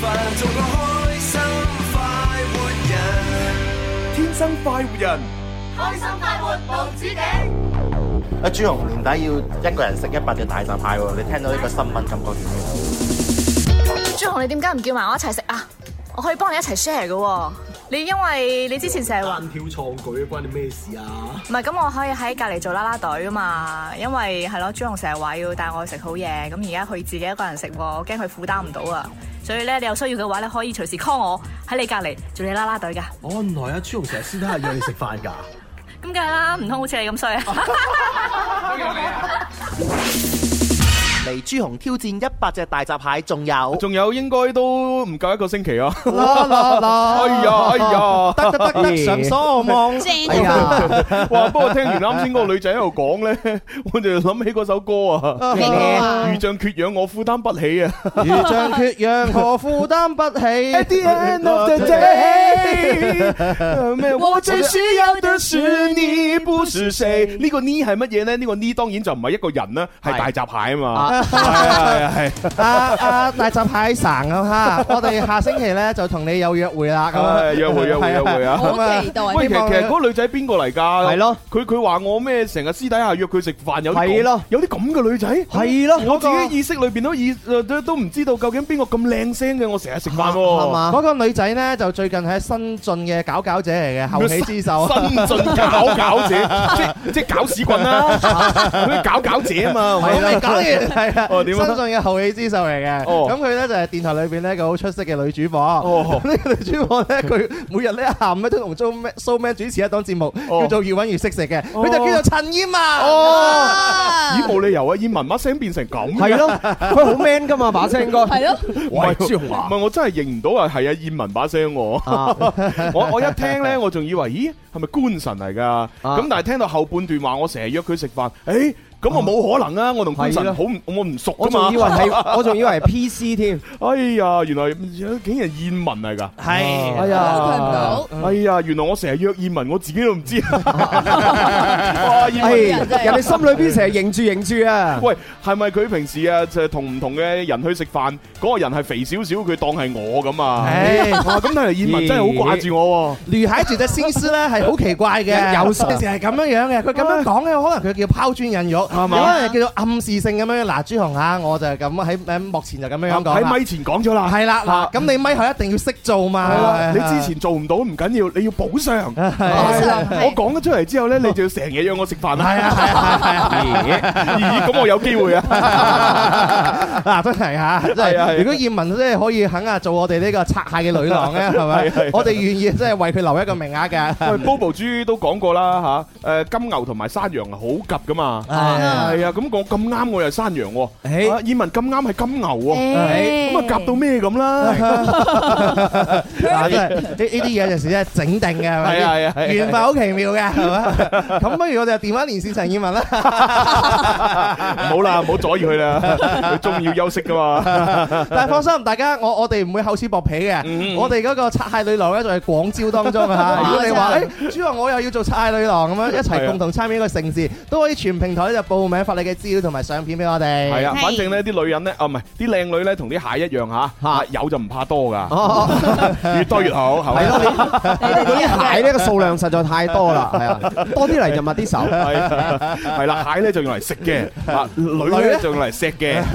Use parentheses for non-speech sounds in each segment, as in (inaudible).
份，做個開心快活人。天生快活人，開心快活無止境。阿朱紅年底要一個人食一百隻大閘蟹喎，你聽到呢個新聞感覺點？朱紅，你點解唔叫埋我一齊食啊？我可以幫你一齊 share 嘅喎。你因為你之前成日話單挑創舉，關你咩事啊？唔係咁，我可以喺隔離做啦啦隊啊嘛。因為係咯，朱紅成日話要帶我去食好嘢，咁而家佢自己一個人食喎，我驚佢負擔唔到啊。所以咧，你有需要嘅話咧，可以隨時 call 我喺你隔離做你啦啦隊㗎。我哦原來阿朱紅成日私底下約你食飯㗎。咁梗係啦，唔通好似你咁衰 (laughs) 啊？嚟朱紅挑戰一百隻大閘蟹，仲 (laughs) 有仲有應該都唔夠一個星期啊！啦啦啦哎 (laughs) 呀哎呀，得得得得上所 (laughs) 望正啊哎呀哇！不過聽完啱先嗰個女仔喺度講咧， (laughs) 我就諗起嗰首歌啊，咩歌啊遇象缺氧我負擔不起啊！如像缺氧何負擔不起？At the end of the day，咩？我最需要的是你，不是誰。呢個呢係乜嘢咧？呢個呢當然就唔係一個人啦，係大閘蟹啊嘛。係啊係啊係啊啊大閘蟹神啊嚇！我哋下星期咧就同你有約會啦咁唉樣，約會約會約會啊！喂，其實其實嗰嗰個女仔邊個嚟㗎？係咯，佢佢話我咩成日私底下約佢食飯，有啲係咯咁有啲咁嘅女仔，係咯我自己意識裏邊都意呃都都唔知道究竟邊個咁靚聲嘅，我成日食飯喎，係嘛？嗰個女仔咧就最近係新晉嘅搞搞者嚟嘅，後起之秀。新晉搞 (laughs) 搞者，即即搞屎棍啦，嗰啲搞搞者啊嘛，係啦，搞完係啊，哦點啊新晉嘅後起之秀嚟嘅。哦咁佢咧就係電台裏邊咧個好出色嘅女主播。咁呢個女主播咧，佢每日咧下午咧都同 Showman Showman 主持一檔節目，叫做越揾越識食嘅，佢就叫做陳嫣啊。哦，咦冇理由啊，燕文把聲變成咁嘅，係咯佢好 man 㗎嘛把聲應該係咯我係喂朱紅華唔係我真係認唔到啊，係啊燕文把聲喎， (laughs) 我我一聽咧我仲以為咦係咪官神嚟㗎？咁但係聽到後半段話我成日約佢食飯，誒咁我冇可能啊，我同官神係咯好唔我唔熟我㗎嘛，仲以為係，我仲以為係 PC 添。哎呀，原來竟然係燕文嚟㗎，係哎呀估佢唔到哎呀，原來我成日約燕文，我自己都唔知。 (laughs) 哇，燕哎文人哋心裏邊成日認住認住啊！喂，係咪佢平時啊，就係同唔同嘅人去食飯，嗰個人係肥少少，佢當係我咁啊？唉哇咁睇嚟燕文真係好掛住我女孩子嘅心思咧係好奇怪嘅，有時時係咁樣樣嘅。佢咁樣講咧，可能佢叫拋磚引玉，有可嘛能叫做暗示性咁樣。嗱，朱紅啊，我就係咁喺喺幕前就咁樣樣講啦。喺咪前講咗啦係啦，嚇嗱，咁你咪後一定要識做喎。嘛。係啦，你之前做唔到唔緊要，你要補償。係啦我講咗出嚟之後咧，你就要成日約我食飯啦。係啊係啊係啊！咦，咁我有機 (laughs) 會啊！ (laughs) 嗱，真係嚇，真係啊係啊係。如果葉文真係可以肯啊做我哋呢個拆蟹嘅女郎咧，係係啊係啊咪？我哋願意真係為佢留一個名額 (laughs) 喂嘅。 ，Bobo 豬都講過啦嚇，誒金牛同埋山羊係好夾噶嘛，係係啊啊，咁我咁啱我又係山羊喎，啊葉文咁啱係金牛喎，誒咁啊夾到咩 (laughs) 咁啦？嗱，真係呢呢啲嘢有時真係整定嘅，係咪？係啊係啊係啊緣分好奇妙嘅，係咪？咁不如我哋電話連線陳燕文啦。 (laughs) 唔好啦，唔好阻住 (laughs) 佢啦，佢中意要休息噶嘛。但係放心，大家我我哋唔會厚此薄彼嗯嘅。我哋嗰個拆蟹女郎咧，就係廣招當中 (laughs) 啊！如果你話誒，朱紅我又要做拆蟹女郎咁樣，一啊齊共同參與一個盛事，都可以全平台就報名發你嘅資料同埋相片俾我哋。係啊，反正呢啲女人呢，啊唔係啲靚女呢，同啲蟹一樣嚇，啊有就唔怕多噶， (laughs) 越多越好，係咪？啲蟹呢個數量實在太多啦，係啊，多啲嚟就密啲手。係啊係啦，蟹咧就用嚟食嘅，啊女女咧呢就用嚟錫嘅， (laughs)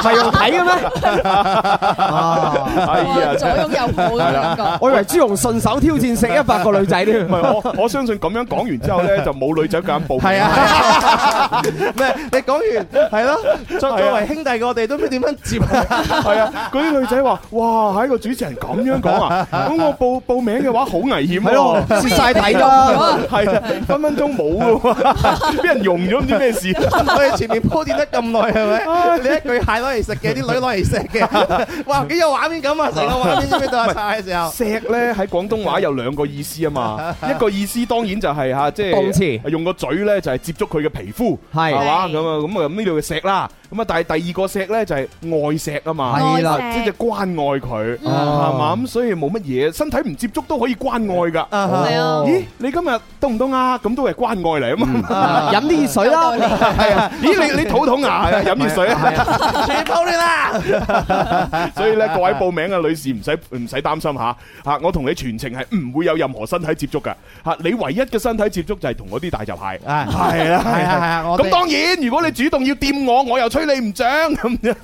係用睇 (laughs) 嘅咩？哎呀，左擁右抱咁係樣啦講我以為朱紅順手挑戰食一百個女仔添唔係我 (laughs) 我相信咁樣講完之後咧， (laughs) 就冇女仔敢報。係啊，咩？你講完係咯，作作為兄弟，我哋都唔知點樣接。係啊，嗰啲女仔話：哇，喺個主持人咁樣講 (laughs) 啊，咁我報報名嘅話好危險係咯喎，蝕晒底啦 (laughs) 係啊，分分鐘冇嘅喎， (laughs) 俾人用咗唔知咩事。我哋前面鋪墊得咁耐係咪？你一句蟹攞嚟食嘅，啲女攞嚟食嘅，哇幾有畫面感啊！成個畫面知唔知道啊？拆蟹嘅時候。石咧喺廣東話有兩個意思啊嘛， (laughs) 一個意思當然就係嚇，即係動詞用個嘴咧就係接觸佢嘅皮膚，係係嘛咁啊咁啊咁呢度嘅石啦，咁啊，但係第二個錫咧就係愛錫啊嘛。係啦即係關愛佢，嗯係嘛咁，所以冇乜嘢，身體唔接觸都可以關愛㗎。啊，係啊。咦，你今日凍唔凍啊？咁都係關愛嚟啊嘛。飲啲熱水啦，係啊， (laughs) 咦，你你肚 (laughs) 痛啊？係啊飲熱水啊。全部亂啦！所以咧，各位報名嘅女士唔使唔使擔心吓吓，我同你全程係唔會有任何身體接觸噶吓，你唯一嘅身體接觸就係同嗰啲大閘蟹。啊係啦，係啊係啊我哋咁當然，如果你主動要掂我，我又吹你唔漲咁 (laughs) 樣，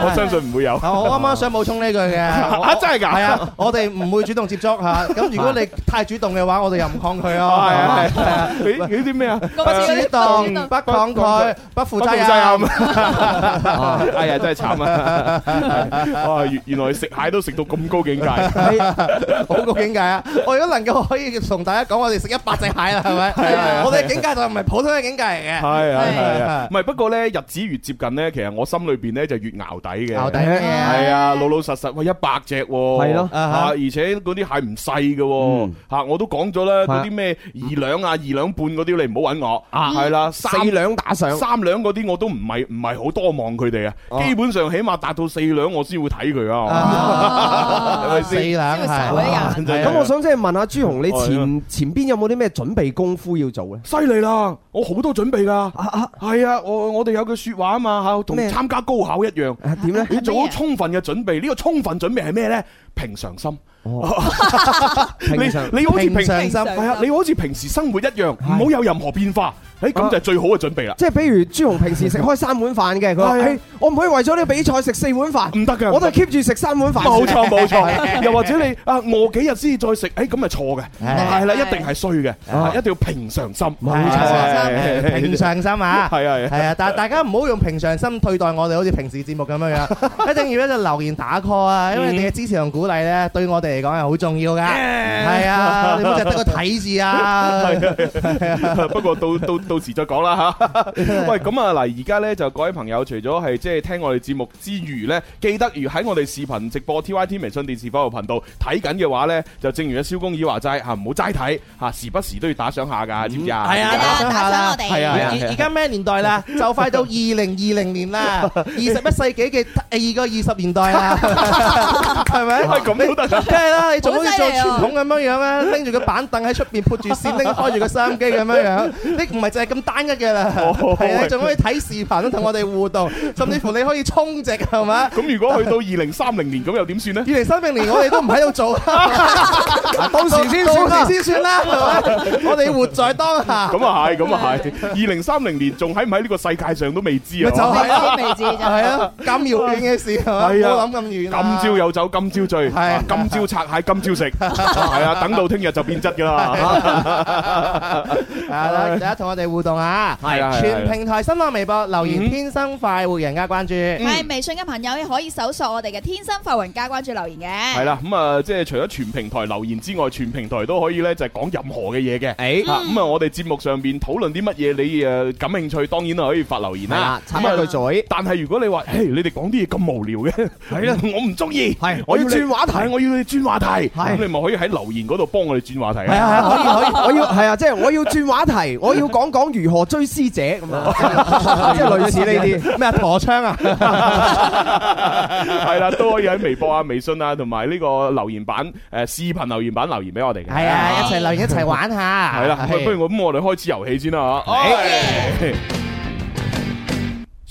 我相信唔會有。啊我啱啱想補充呢句嘅，啊真係㗎係啊，我哋唔會主動接觸嚇。咁如果你太主動嘅話，我哋又唔抗拒咯。係啊係啊， (laughs) 你你啲咩啊？不主動，不抗拒，不負責任。任， (laughs) 哎呀，真係慘啊！哇，原原來食蟹都食到咁高境界，好高境界啊！我如果能夠可以同大家講，我哋食一百隻蟹啦，係咪？係啊我哋嘅境界就唔係普通嘅境界嚟嘅。係啊係啊係，唔係不過咧，日子越接近咧，其實我心裏邊咧就越淆底嘅。牛底咩嘢？係啊，老老實實喂一百隻喎，係咯啊而且嗰啲蟹唔細嘅喎嗯，嚇我都講咗啦，係啊嗰啲咩二兩啊、二兩半嗰啲你唔好揾我，係啦，四三兩打上，三兩嗰啲我都唔係唔係好多望佢哋啊，基本上起碼達到四兩我先會睇佢啊啊，係咪四先？兩係。真係咁我想即係問下朱紅，你係前前邊有冇啲咩準備功夫要做咧？犀利啦！我好多準備㗎，係啊，我我哋有句説話啊嘛嚇，同咩參加高考一樣。啊點咧？要做好充分嘅準備，呢個充分準備係咩呢？平常心，你平常你好似平平常心係啊，你好似平時生活一樣，唔好有任何變化，誒咁就係最好嘅準備啦。即係比如朱紅平時食開三碗飯嘅，佢話：，係啊誒，我唔可以為咗呢個比賽食四碗飯，唔得嗯㗎，我啊都係 keep 住食三碗飯。冇錯 (laughs) 冇錯，又或者你啊餓幾日先再食，誒咁咪錯嘅，係啦，一定係衰嘅，啊一定要平常心，冇錯係平常心啊，係啊係啊係啊，但係大家唔好用平常心對待我哋，好似平時節目咁樣樣，一定要咧就留言打 call 啊，因為你嘅支持同鼓勵咧，對我哋嚟講係好重要噶，係啊，你唔好淨係得個睇字啊， (laughs) 不過到到到時再講啦 (laughs) 嚇。喂，咁啊嗱，而家呢，就各位朋友，除咗係即係聽我哋節目之餘呢，記得如喺我哋視頻直播 T Y T 微信電視服務頻道睇緊嘅話呢，就正如阿蕭公子話齋嚇，唔好齋睇嚇，時不時都要打賞下㗎，知唔知啊？係啊，打賞下啦，係啊，係啊，係而啊而家咩年代 (laughs) 啦？就快到二零二零年 (laughs) 啦，二十一世紀嘅第二個二十年代啦， (laughs) 係咪？喂咁都得啊梗係啦，你仲好似做傳統咁樣樣啊，拎住個板凳喺出邊，潑住線，拎開住個收音機咁樣 (laughs) 樣，你唔係就係咁單一嘅啦，哦係啊，你仲可以睇視頻同我哋互動，甚至乎你可以充值係咪？咁如果去到二零三零年咁又點算呢二？零三零年我哋都唔喺度做 (laughs) 啦，到時先算啦到時先算啦，係咪？我哋活在當下，咁啊係，咁啊係， (laughs) 二零三零年仲喺唔喺呢個世界上都未知咪就啊！係咯。未知，未知，真係。係啊，咁遙遠嘅事係嘛，係啊冇諗咁遠今啊。朝有酒今朝醉，係啊今朝拆蟹今朝 (laughs) 食，係啊，等到聽日就變質㗎啊啊啦。係啦，大家同我哋互動啊！係啊係啊全平台新浪微博留嗯言「天生快活人」加關注。嗯係，微信嘅朋友可以搜索我哋嘅天生快活人加關注留言嘅。系啦，咁啊，即係除咗全平台留言之外，全平台都可以咧，就係講任何嘅嘢嘅。誒嚇咁啊，我哋節目上邊討論啲乜嘢，你誒感興趣，當然可以發留言係啦啦，。插一句嘴。但係如果你話，嘿，你哋講啲嘢咁無聊嘅，係啦， (laughs) 我唔中意，係我要我要轉話題，我要你轉話題，咁你咪可以喺留言嗰度幫我哋轉話題係啊。啊，係啊可以可以，我要係啊，即係我要轉話題，我要講講如何追師姐 (laughs) 咁啊，即係類似呢啲。咩啊陀槍啊？ (laughs) 係啦，都可以喺微博啊、微信啊，同埋呢個留言板誒視頻留言板留言俾我哋嘅。係啊，一齊留言一齊玩下。係啦，咁啊不如我咁我哋開始遊戲先啦嚇。哎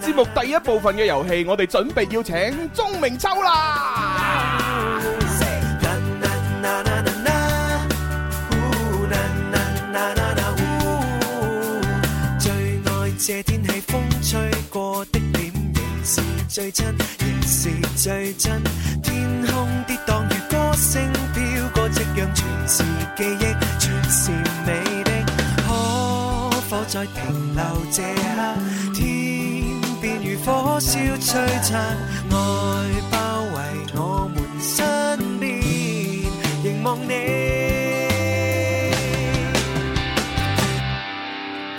節目第一部分嘅遊戲，我哋準備要請鐘明秋啦。最愛這天氣，風吹過的臉仍是最真，仍是最真。天空跌宕如歌聲飄過，夕陽全是記憶，全是美的。可否再停留這刻？天邊如火。火燒璀璨，愛包圍我們身邊，凝望你。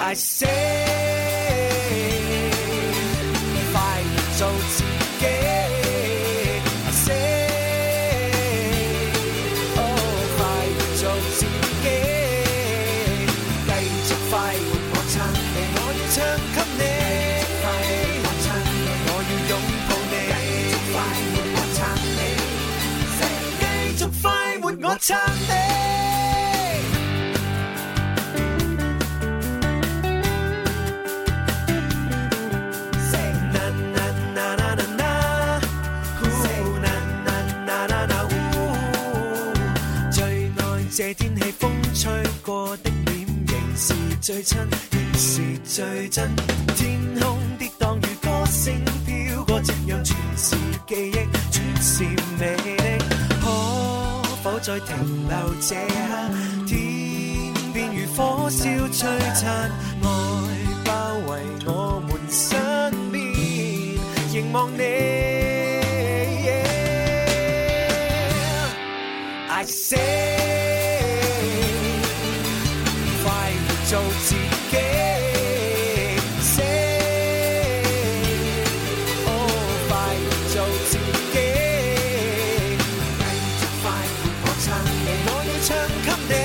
I say，快做自己。I say，哦，快做自己，繼續快活，我撐你，我要唱給你，快活，我撐你，我要擁抱你，繼續快活，我撐你，繼續快活，我撐你。這天氣風吹過的臉，仍是最親，仍是最真。天空跌宕如歌聲飄過，夕陽全是記憶，全是美的。可否再停留這刻？天邊如火燒璀璨，愛包圍我們身邊，凝望你。I say，快活做自己。Say，哦，快活做自己，繼續快活，我撐你，我要唱給你。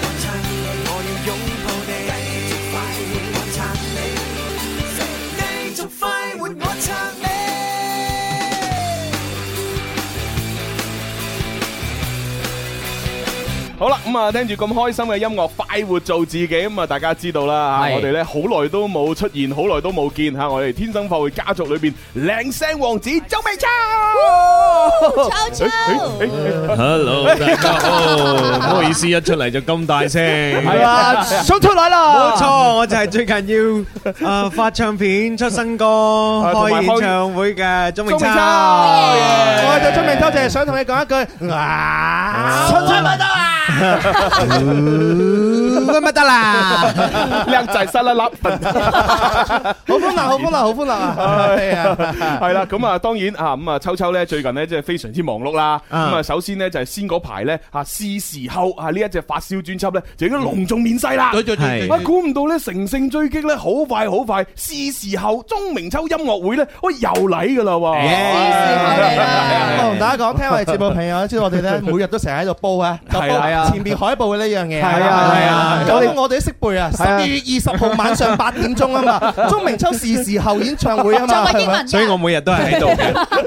我撐你，我要擁抱你，繼續快活，我撐你，繼續快活，我撐你。好啦，咁啊，聽住咁開心嘅音樂，快活做自己，咁啊，大家知道啦嚇，係我哋咧好耐都冇出現，好耐都冇見嚇，我哋天生快活家族裏邊靚聲王子周美秋。秋秋， (laughs) Hello，大家好，唔好意思，一出嚟就咁大聲。 (laughs) 係啊，想出嚟啦！冇錯，我就係最近要啊發唱片、出新歌、同埋開開演唱會嘅鍾明秋。啊我哋就準備多謝，想同你講一句啊！啊 (laughs) 咁咪得啦。啊靚仔塞啦啦，好歡樂，好歡樂，好歡樂啊！係啊，係啦，咁啊，當然啊，咁啊，秋秋咧最近咧即係非常之忙碌啦。咁啊啊，首先咧就係先嗰排咧啊，是時候啊呢一隻發燒專輯咧就已經隆重面世啦。係啊，估唔到咧乘勝追擊咧，好快好快，是時候鐘明秋音樂會咧，喂又嚟噶啦喎！我同大家講，聽我哋節目朋友都知道我哋咧每日都成日喺度煲啊，就煲係啊前邊海報嘅呢樣嘢。係啊係啊咁我哋都識背啊！十二月二十號晚上八點鐘啊嘛，鐘明秋是時候演唱會 (laughs) 啊嘛，作為係英咪文所以我㗎，每日都係喺度 嘅。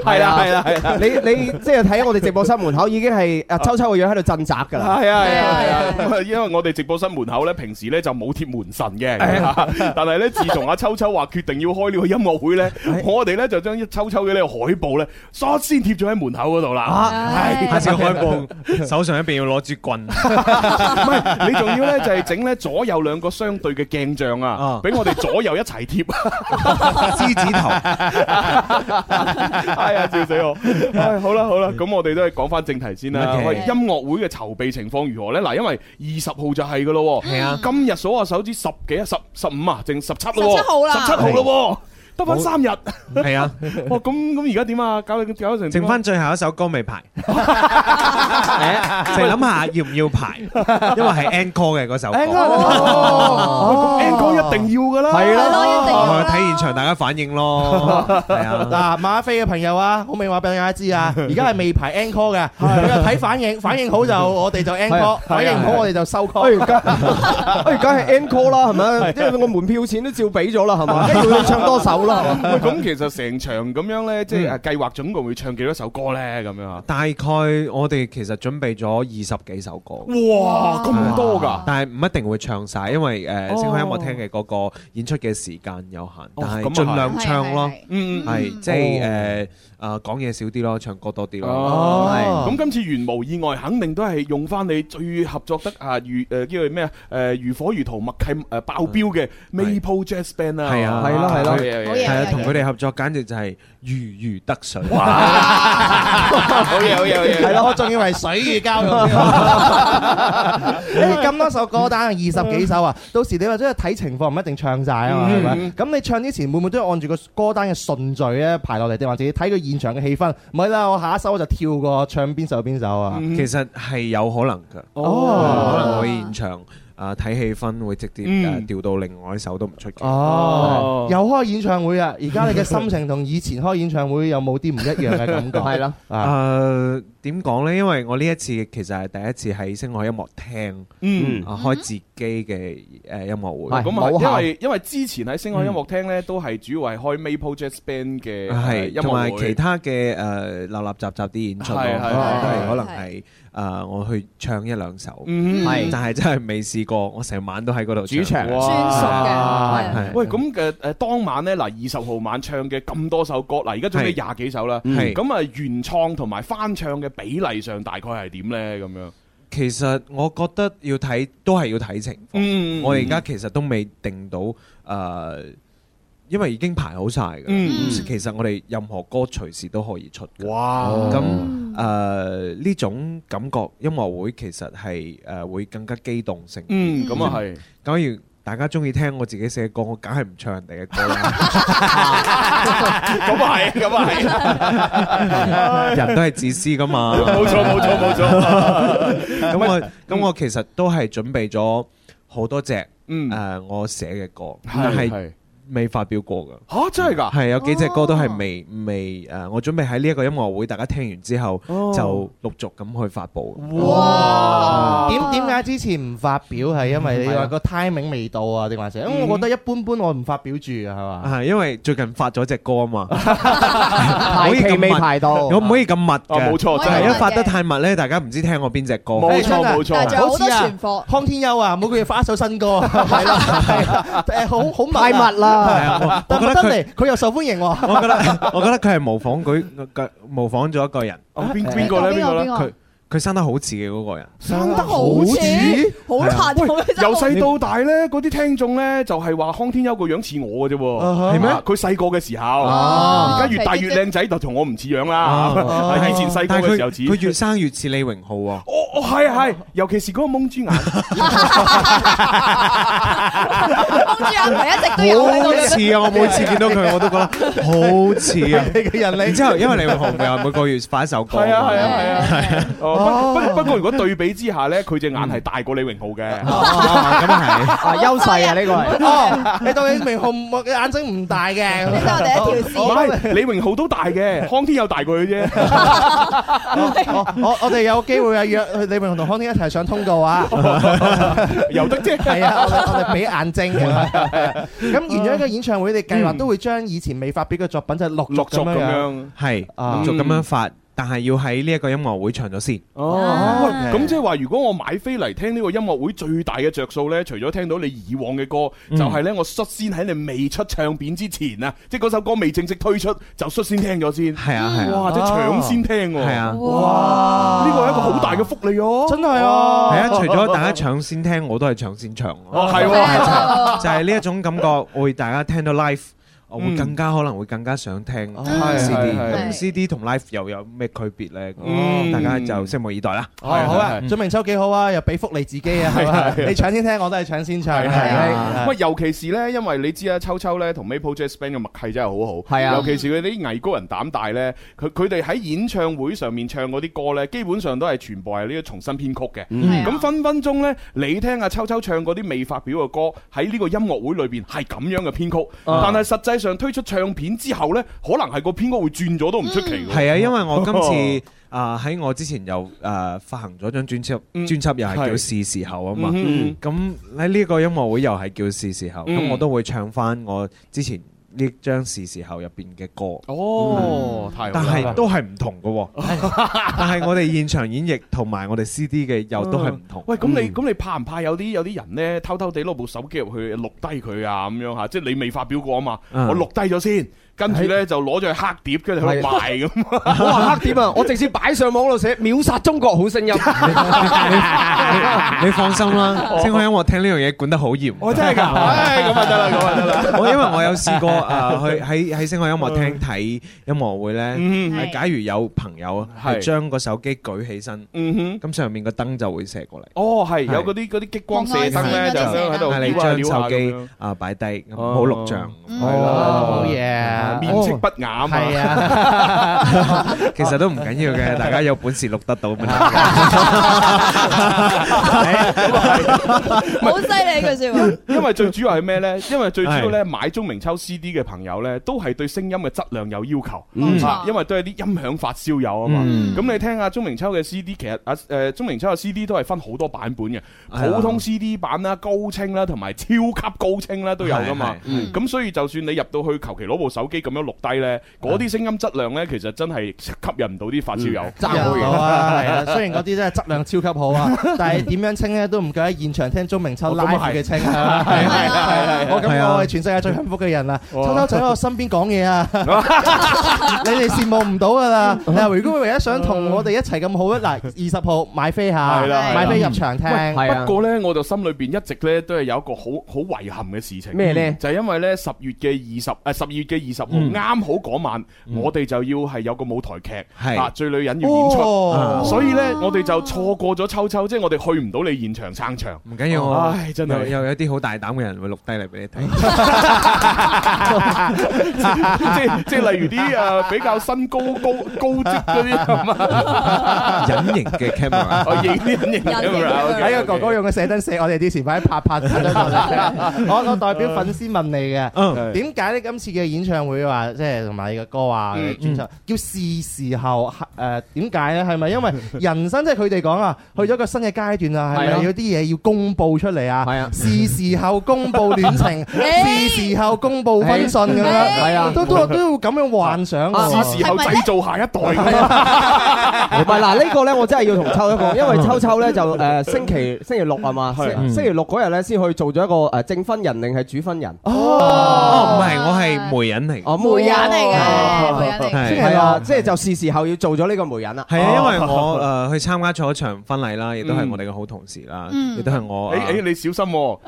(laughs) 係啦係啦啊係啦，你你即係睇我哋直播室門口已經係啊秋秋個樣喺度震擲㗎係啦。啊係啊係係啊啊！咁啊，因為我哋直播室門口咧，平時咧就冇貼門神嘅， (laughs) 但係咧，啊自從阿秋秋話決定要開呢個音樂會咧，我哋咧就將秋秋嘅呢個海報咧，率先貼咗喺門口嗰度啦。唉下次開播， (laughs) 手上一定要攞支棍。唔係，你仲要咧就係整咧左右兩個相對嘅鏡像啊啊，俾我哋左右一齊貼。獅子頭，哎呀，笑死我！唉，好啦好啦，咁我哋都係講翻正題先啦。 Okay 喂，音樂會嘅籌備情況如何呢？嗱，因為二十號就係噶咯喎，係啊今日數下手指十幾啊，十十五啊，剩十七咯17喎，號啦十七號咯喎，得翻三日。係啊，哇，咁咁而家點啊？搞搞成點啊剩翻最後一首歌未 (laughs) 排，就係諗下要唔要 (laughs) 排，因為係 encore 嘅嗰首歌。哦 N 哥一定要噶啦，係係啦。咯一定要哦啦睇現場大家反應咯，係啊。嗱，馬飛嘅朋友啊，好明話俾大家知啊，而家係未排 encore 嘅，佢就睇反應，反應好就我哋就 encore，反應唔好我哋就收 call。哎，梗哎，梗係 encore 啦，係咪？因為我門票錢都照俾咗啦，係嘛？跟住要唱多首啦，係嘛？喂，咁其實成場咁樣呢，即係啊計劃總共會唱幾多首歌呢？咁樣啊？大概我哋其實準備咗二十幾首歌，哇，咁多㗎！但係唔一定會唱晒，因為哦誒星海音樂廳嘅嗰個演出嘅時間有限，但係咁啊係盡量唱咯，係係係嗯嗯嗯。ờ, 係即係誒誒講嘢少啲咯，唱歌多啲咯，哦係咁跟今次原無意外，肯定都係用翻你最合作得啊如誒叫做咩啊誒如火如荼、默契誒爆標嘅 Maple Jazz Band 啊，嗯係啊，係係啊，Dạ, 同佢哋合作簡直就係如魚得水。 (laughs) 好嘢好嘢好嘢，係咯，我仲以為水魚交融添。誒咁多首歌單，二十幾首啊，到時你話真係睇情況，唔一定唱晒啊嘛，係咪嗯？咁你唱之前會唔會都要按住個歌單嘅順序咧排落嚟，定還是睇佢現場嘅氣氛？唔係啦，我下一首我就跳過唱邊首邊首啊。其實係有可能㗎，哦可能我現場啊睇氣氛會直接誒嗯調到另外一首都唔出奇。哦，又開演唱會啊！而家你嘅心情同以前開演唱會有冇啲唔一樣嘅感覺？ (laughs) 係咯啊，誒點講呢？因為我呢一次其實係第一次喺星海音樂廳，嗯啊開自己嘅誒音樂會，咁啊，因為因為之前喺星海音樂廳咧，都係主要係開 Maple Jazz Band 嘅誒係音同埋樂其會。他嘅誒立立雜雜啲演出咯，啊係係都係係可能係誒我去唱一兩首，嗯係但係真係未試過，我成晚都喺嗰度主場哇係喂，咁嘅誒當晚咧，嗱二十號晚唱嘅咁多首歌，嗱而家總計廿幾首啦。係嗯咁啊，原創同埋翻唱嘅比例上大概係點咧？咁樣其實我覺得要睇，都係要睇情況。嗯我哋而家其實都未定到誒、呃因為已經排好晒㗎。嗯其實我哋任何歌隨時都可以出㗎。哇咁嗯誒呢種感覺，音樂會其實係誒、呃、會更加機動性。嗯咁啊係。假如大家中意聽我自己寫嘅歌，我梗係唔唱人哋嘅歌啦。 (laughs) 咁啊係，咁啊係。人都係自私噶嘛。 (laughs) 冇錯冇錯冇錯咁我咁我其實都係準備咗好多隻嗯誒我寫嘅歌，係但係係未發表過噶。嚇真係㗎？係有幾隻歌都哦係未未誒，我準備喺呢一個音樂會，大家聽完之後哦就陸續咁去發布。哇！點點解之前唔發表係因為你係話啊個 timing 未到啊？定還是？因為我覺得一般般，我唔發表住啊，係嘛？啊，因為最近發咗隻歌 (laughs) 啊嘛，排期未排到我唔可以咁密嘅，哦冇錯真係係一發得太密咧，大家唔知聽我邊隻歌。冇錯哦冇錯但係仲有好多存貨。康天庥啊，每個月發一首新 (laughs) 歌，係啦係啦，誒好好密啊太密啦係啊但我係得覺得佢嚟佢又受歡迎喎。我覺得我覺得佢係模仿佢佢模仿咗一個人。哦邊哎邊個咧邊個咧邊個邊個佢佢生得好似嘅嗰個人，生得好似好係 (laughs) 啊殘酷喂真係由好細到大咧，嗰啲聽眾咧就係話康天庥個樣似我嘅啫喎，係咩啊佢細個嘅時候，哦而家越大越靚仔就同我唔似樣啦啊。以前細個但係嘅佢時候似，佢越生越似李榮浩喎。哦係啊係，尤其是嗰個蒙豬眼，哦好似啊！我每次見到佢我都覺得好似 (laughs) 啊！你嘅人然之後因為李榮浩咪話每個月發一首歌，係啊係啊係啊。哦不不不過如果對比之下咧，佢隻眼係大過李榮浩嘅。咁係啊優勢啊呢個係。哦，你當你明浩冇眼睛唔大嘅，你我唔係李榮浩都大嘅，康天庥大過佢啫。 (laughs) 我我哋有機會啊，約李榮同康天一齊上通告啊，由得啫。係啊，我哋我哋俾眼睛嘅。咁完咗一個演唱會，你計劃都會將以前未發表嘅作品就陸續咁樣樣。係嗯啊陸續咁樣發，但係要喺呢一個音樂會唱咗先。哦，喂，咁即係話，如果我買飛嚟聽呢個音樂會，最大嘅着數呢，除咗聽到你以往嘅歌，嗯就係呢，我率先喺你未出唱片之前啊，即係嗰首歌未正式推出，就率先聽咗先。係啊係啊哇，即係搶先聽喎。係啊哇，呢個係一個好大嘅福利哦。真係啊係啊，除咗大家搶先聽，我都係搶先唱。哦係喎係就係呢一種感覺，會大家聽到 live。我會嗯哦更加可能會更加想聽係 CD，係係咁 CD 同 live 又有咩區別呢？嗯大家就拭目以待啦。哦，好啊，準明秋幾好啊，又俾福利自己啊，係嘛？係係你搶先聽，我都係搶先唱。係係係係啊係喂，啊尤其是咧，因為你知啊，秋秋咧同 Maple Jazz Band 嘅默契真係好好，係啊尤其是佢啲藝高人膽大咧，佢佢哋喺演唱會上面唱嗰啲歌咧，基本上都係全部係呢啲重新編曲嘅，嗯咁分分鐘咧，你聽阿秋秋唱嗰啲未發表嘅歌，喺呢個音樂會裏邊係咁樣嘅編曲，啊但係實際上推出唱片之後咧，可能係個編曲會轉咗都唔出奇嘅。係啊，因為 (laughs) 我今次啊喺我之前又誒發行咗張專輯，專輯又係叫嗯係是時候啊嘛。嗯咁喺呢個音樂會又係叫是時候，咁嗯我都會唱翻我之前呢張是時候入邊嘅歌。哦，太好啦但係都係唔同 (laughs) 嘅喎，但係我哋現場演繹同埋我哋 CD 嘅又都係唔同。喂，咁你咁你怕唔怕有啲有啲人咧偷偷地攞部手機入去錄低佢啊咁樣吓？即係你未發表過啊嘛，嗯我錄低咗先，跟住咧就攞咗去黑碟，跟住喺度賣 (laughs) 咁。我話黑點啊，我直接擺上網嗰度寫，秒殺中國好聲 (laughs) 音。你放 (laughs) 心啦，星海音樂聽呢樣嘢管得好嚴。我真係㗎唉咁啊得啦咁啊得啦 (laughs) 我因為我有試過誒去喺喺星海音樂廳睇音樂會咧，嗯假如有朋友係係將個手機舉起身，咁上面個燈就會射過嚟。嗯哦，係有係嗰啲嗰啲激光射燈咧，就咁樣喺度啊撩下係你撩將下手咁機樣。啊擺低，咁唔好錄像。係哦好嘢面色不雅啊嘛係 (laughs) 其實都唔緊要嘅，大家有本事錄得到咪得嘅。好犀利佢笑。 (laughs) 因為最主要係咩呢？因為最主要呢，買鐘明秋 CD 嘅朋友呢，都係對聲音嘅質量有要求，嗯冇錯啊因為都係啲音響發燒友啊嘛。嗯咁你聽下鐘明秋嘅 CD，其實啊誒鐘明秋嘅 CD 都係分好多版本嘅，係啊普通 CD 版啦、高清啦，同埋超級高清啦都有噶嘛係嗯係。咁所以就算你入到去求其攞部手機咁樣錄低呢，嗰啲聲音質量呢，其實真係吸引唔到啲發燒友。爭嗯唔到啊，係啊！雖然嗰啲真係質量超級好 (laughs) 啊，但係點樣清咧都唔夠喺現場聽鐘明秋哦咁啊 live 係嘅清係嘛係係係係我啊感覺我係全世界最幸福嘅人啦！哇秋秋仔喺我身邊講 (laughs) 嘢啊，你哋羨慕唔到㗎啦！嗱，如果唯一想同我哋一齊咁好咧，嗱，二十號買飛下，係啦係啦買飛入場聽，哦不過呢，我就心裏邊一直呢都係有一個好好遺憾嘅事情。嗯咩呢就係因為呢，十月嘅二十誒十二月嘅二十號嗯啱好嗰晚，我哋就要係有個舞台劇係啊，最女人要演哦出，所啊以呢，我哋就錯過咗秋秋，即係我哋去唔到你現場撐場。唔緊要，我唉，真係有有有啲好大膽嘅人會錄低嚟俾你睇。 (laughs) 即係即係例如啲誒比較身高高高職嗰啲係 (laughs) 嘛，隱形嘅 camera，我影啊啲隱形 camera，OK，OK 喺啊哎個哥哥用嘅射燈射我哋啲前排拍拍拍得到你我我代表粉絲問你嘅，嗯點解呢？今次嘅演唱會話即係同埋你嘅歌啊嗯專輯叫是時候誒點解呢？係咪因為人生即係佢哋講啊，去咗個新嘅階段啊，係咪係啊有啲嘢要公佈出嚟啊？係啊是時候公佈戀情，誒是時候公佈婚訊咁樣，誒係啊都都都要咁樣幻想喎。是時候製造下一代。啊唔係，嗱，呢個呢，我真係要同秋秋講，因為秋秋呢，就，誒，星期-星期六係嘛？星期六嗰日呢，先去做咗一個，誒，證婚人定係主婚人？哦，唔係，我係媒人嚟。哦，媒人嚟嘅，哦。媒人嚟嘅。係。係啊，即係就是時候要做咗呢個媒人啦。係啊，因為哦。我誒去參加咗一場婚禮啦，亦都係我哋嘅好同事啦，嗯亦都係我。誒誒，哎你小心喎，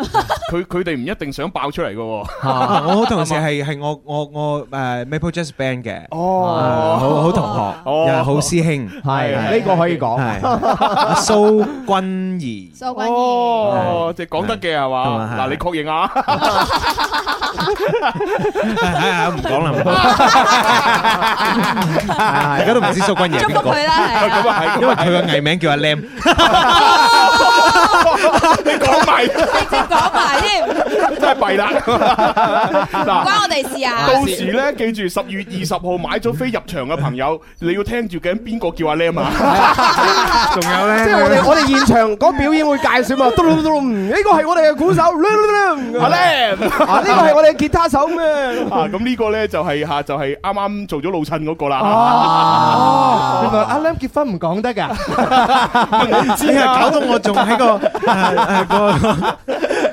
佢佢哋唔一定想爆出嚟嘅喎。啊我好同事係係我我我誒 Maple Jazz Band Ờ, 嘅，啊哦好好同學，哦又係好師兄，係，係呢個可以講。係阿蘇君怡。 (laughs) 蘇君哦，即係講得嘅係嘛？係嗱，你確認啊？係啊，唔講啦，唔講啦大家都唔知蘇君怡係邊祝福佢啦係啊咁啊係個，因為佢個藝名叫阿 Lam。你講埋怡，直接講埋添，真係弊啦！唔嗱。關我哋事啊。 (laughs) 到時咧，記住十月二十號買咗飛入場嘅朋友，你要聽住究竟邊個叫阿 Lam 啊？仲有咧， (laughs) 即係我哋 (laughs) -我哋現場嗰表演會介紹嘛，嘟嚕嘟嚕，嗯，呢個係我哋嘅鼓手，嚕嚕嘟嚕，咁樣。阿 Lam (laughs) 啊，呢個係我哋嘅吉他手，咁樣。啊！咁呢個咧就係嚇，就係啱啱做咗老襯嗰個啦。哦，原來阿 Lam 結婚唔講得㗎。知啊，搞到我仲喺個誒個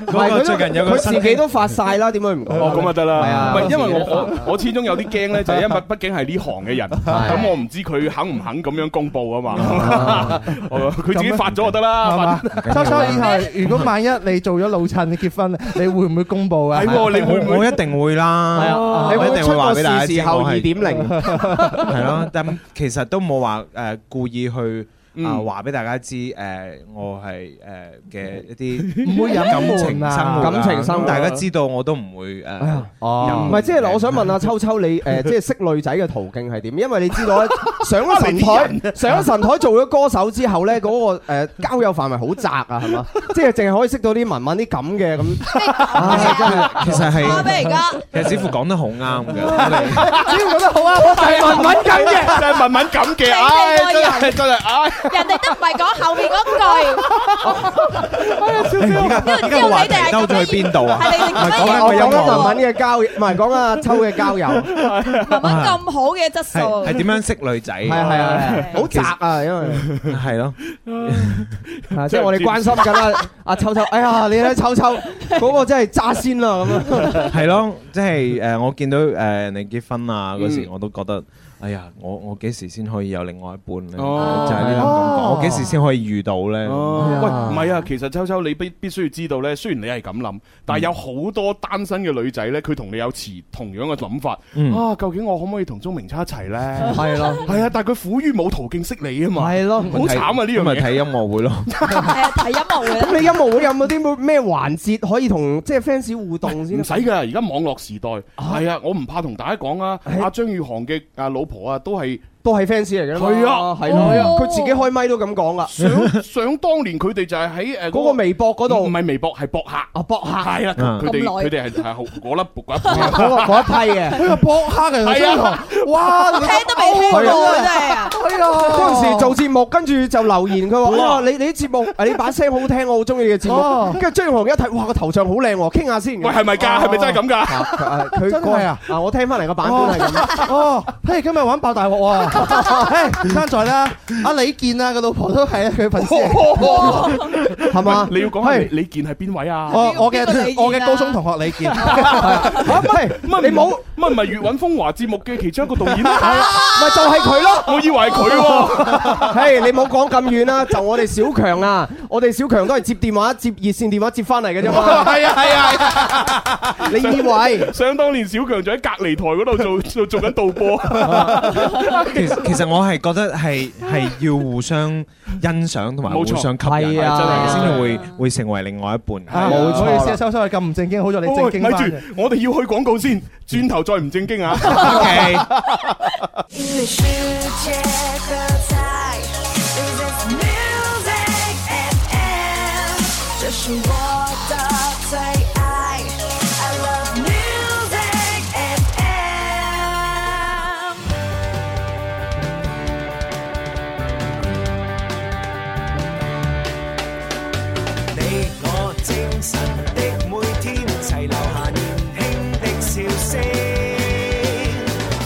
唔係，佢都-個最近有個新佢自己都發晒啦，點解唔講？哦，咁啊得係啦，啊唔係因為我我我始終有啲驚咧，就係因為畢竟係呢行嘅人，咁我唔知佢肯唔肯咁樣公佈啊嘛。 (laughs) 我佢自己發咗就得啦，發秋秋以後，如果萬一你做咗老襯，你結婚，你會唔會公佈啊？係喎，你會唔我會我一定會啦，係啊你我會一定會話俾大家知出個是時候我係2.0係咯，但其實都冇話誒故意去。 (laughs) 啊！嗯話俾大家知，誒，我係誒嘅一唔啲會隱感情瞞生啊活啊，感情生活咁大家知道我都唔會誒。哦唔係，即係我想問下秋秋你誒，即係識女仔嘅途徑係點？因為你知道咧，上咗神台，上咗神台做咗歌手之後咧，嗰個誒交友範圍好窄啊，係嘛？即係淨係可以識到啲文文啲咁嘅咁，啊真係其實係，我俾而家。其實似乎講得好啱嘅，我只要覺得好啊，我就係文文咁嘅。就係文文咁嘅，你 (laughs) 唉，你個哎真人係真係，唉，人哋都唔係講後面嗰句。而家個話題兜咗去邊度 à? 啊？唔係講講緊緊個音樂啊文文嘅交，唔係講緊阿秋嘅交友，咁好嘅質素，係係點樣識女仔？係係啊係 à? 啊係啊好窄啊，因為係咯，啊即係我哋關心緊啦。阿秋秋，哎呀，你睇秋秋嗰個真係渣先啦咁樣。係咯，即係誒，我見到誒人哋結婚啊嗰時嗯，我都覺得，哎呀，我我幾時先可以有另外一半咧？就哦係呢種感覺，我幾時先可以遇到咧？喂，唔係啊，其實秋秋你必必須要知道咧，雖然你係咁諗，但係有好多單身嘅女仔咧，佢同你有持同樣嘅諗法。嗯啊，究竟我可唔可以同鍾明秋一齊咧？ (laughs) 係咯係啊，但係佢苦於冇途徑識你啊嘛。係咯，好慘啊呢樣嘢。咪睇音樂會咯。係啊，睇音樂會啦。咁你音樂會有冇啲咩環節可以同即係 fans 互動先？啊唔使噶，而家網絡時代係啊，我唔怕同大家講啊，阿張宇航嘅啊老婆啊都係都係 fans 嚟嘅嘛係啊，係咯，佢自己開咪都咁講啦。想想當年佢哋就係喺誒嗰個微博嗰度，唔係微博係博客啊，博客係啦，佢佢哋咁耐佢哋係係好嗰粒嗰嗰個嗰一 (laughs) 批嘅，佢個博客嘅係啊哇！聽都未聽過真係啊！係啊，嗰陣時做節目，跟住就留言佢話：哇哇，你你啲節目， (laughs) 你把聲好聽，我好中意嘅節哦目。跟住張宇航一睇，哇，個頭像好靚喎，傾下先。喂係咪㗎係咪真係咁㗎啊佢啊 (laughs) 佢真係啊！我聽翻嚟個版本係咁。哦，嘿，今日玩爆大鑊 (laughs) 喎！嘿，爭在啦，阿李健啊，個老婆都係佢 (laughs) 粉絲嚟，係嘛？你要講下李李健係邊位啊？我我嘅我嘅高中同學 (laughs) 李健， (laughs) 喂，乜你冇乜唔係《粵韻風華》節目嘅其中一個導演咩？咪就係佢咯！我以為係佢喎。 (laughs) 係你冇講咁遠啦，就我哋小強啊，我哋小強都係接電話、接熱線電話接翻嚟嘅啫嘛。係啊係啊，你 (laughs) 以為？想當年小強就喺隔離台嗰度做做做緊導播，其實其實我係覺得係係要互相欣賞同埋互冇錯相吸引，係啊真係先至會會成為另外一半。冇錯。所以先收收係咁唔正經，好在你正喂經咪翻住。，我哋要去廣告先，轉頭再唔正經啊。 OK 世界 (laughs) 的菜，Is this music FM？这是我的最爱，I love music FM。你我精神的每天，齊留下年輕的笑聲。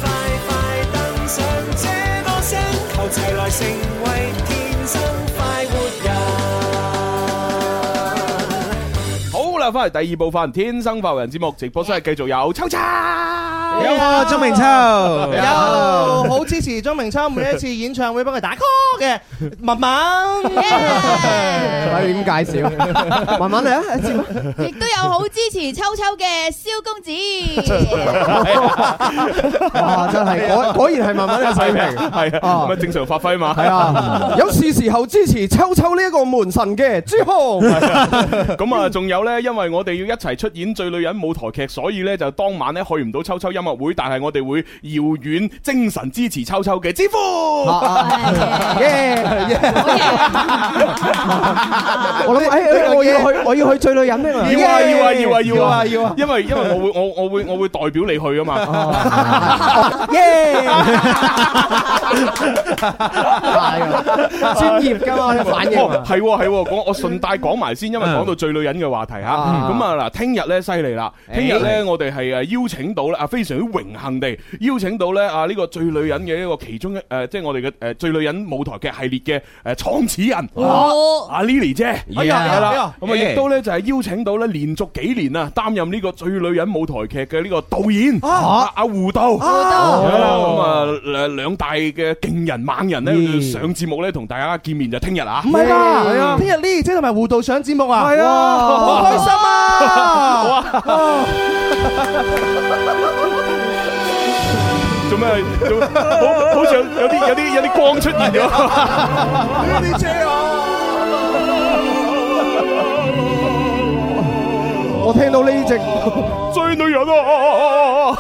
快快登上這個星球，齊來成為天生快活人。好啦，翻嚟第二部分《天生發人》節目直播室，繼續有秋秋，啊有我鍾明秋 Dạ. 有好支持張明秋每一次演唱會幫佢打 call 嘅文 (laughs) 文，可以咁介紹，慢慢嚟啊，接啊啊亦都有好支持秋秋嘅蕭公子，哇！啊真係果果然係慢慢嘅水平。係啊，咪正常發揮嘛。哦係 (laughs) 啊，有是時候支持秋秋呢一個門神嘅朱 (laughs) 紅。咁啊，仲有呢，因為我哋要一齊出演《最女人》舞台劇，所以呢，就當晚呢去唔到秋秋音樂會，但係我哋會遙遠精神支持秋秋嘅支付。哦耶耶！我諗，哎，我要去，我要去追女人咩？要嘛？啊要啊要啊要啊要啊！因為因為我會我我會我會代表你去啊嘛。哦耶！專業㗎嘛，你反應哦，。啊係喎係喎，講我順帶講埋先，因為講到最女人嘅話題嚇，啊咁啊嗱，聽日咧犀利啦，聽日咧我哋係誒邀請到咧啊，非常之榮幸地邀請到咧啊呢個最女人嘅一個其中一誒，即係我哋嘅誒最女人舞台劇系列嘅誒呃創始人哦啊 Lily 姐，哎呀係哎啦呀，咁啊亦都咧就係邀請到咧連續幾年啊擔任呢個最女人舞台劇嘅呢個導演啊阿胡導，胡導係啦，咁啊兩兩大嘅勁人猛人咧咦上節目咧同大家見面就聽日啊唔。係係㗎，啊聽日 Lily 姐同埋胡導上節目啊，係啊哇好開心啊！做咩？做好好似有有啲有啲有啲光出現咗。 Wow, 我聽到呢只，追女人啊！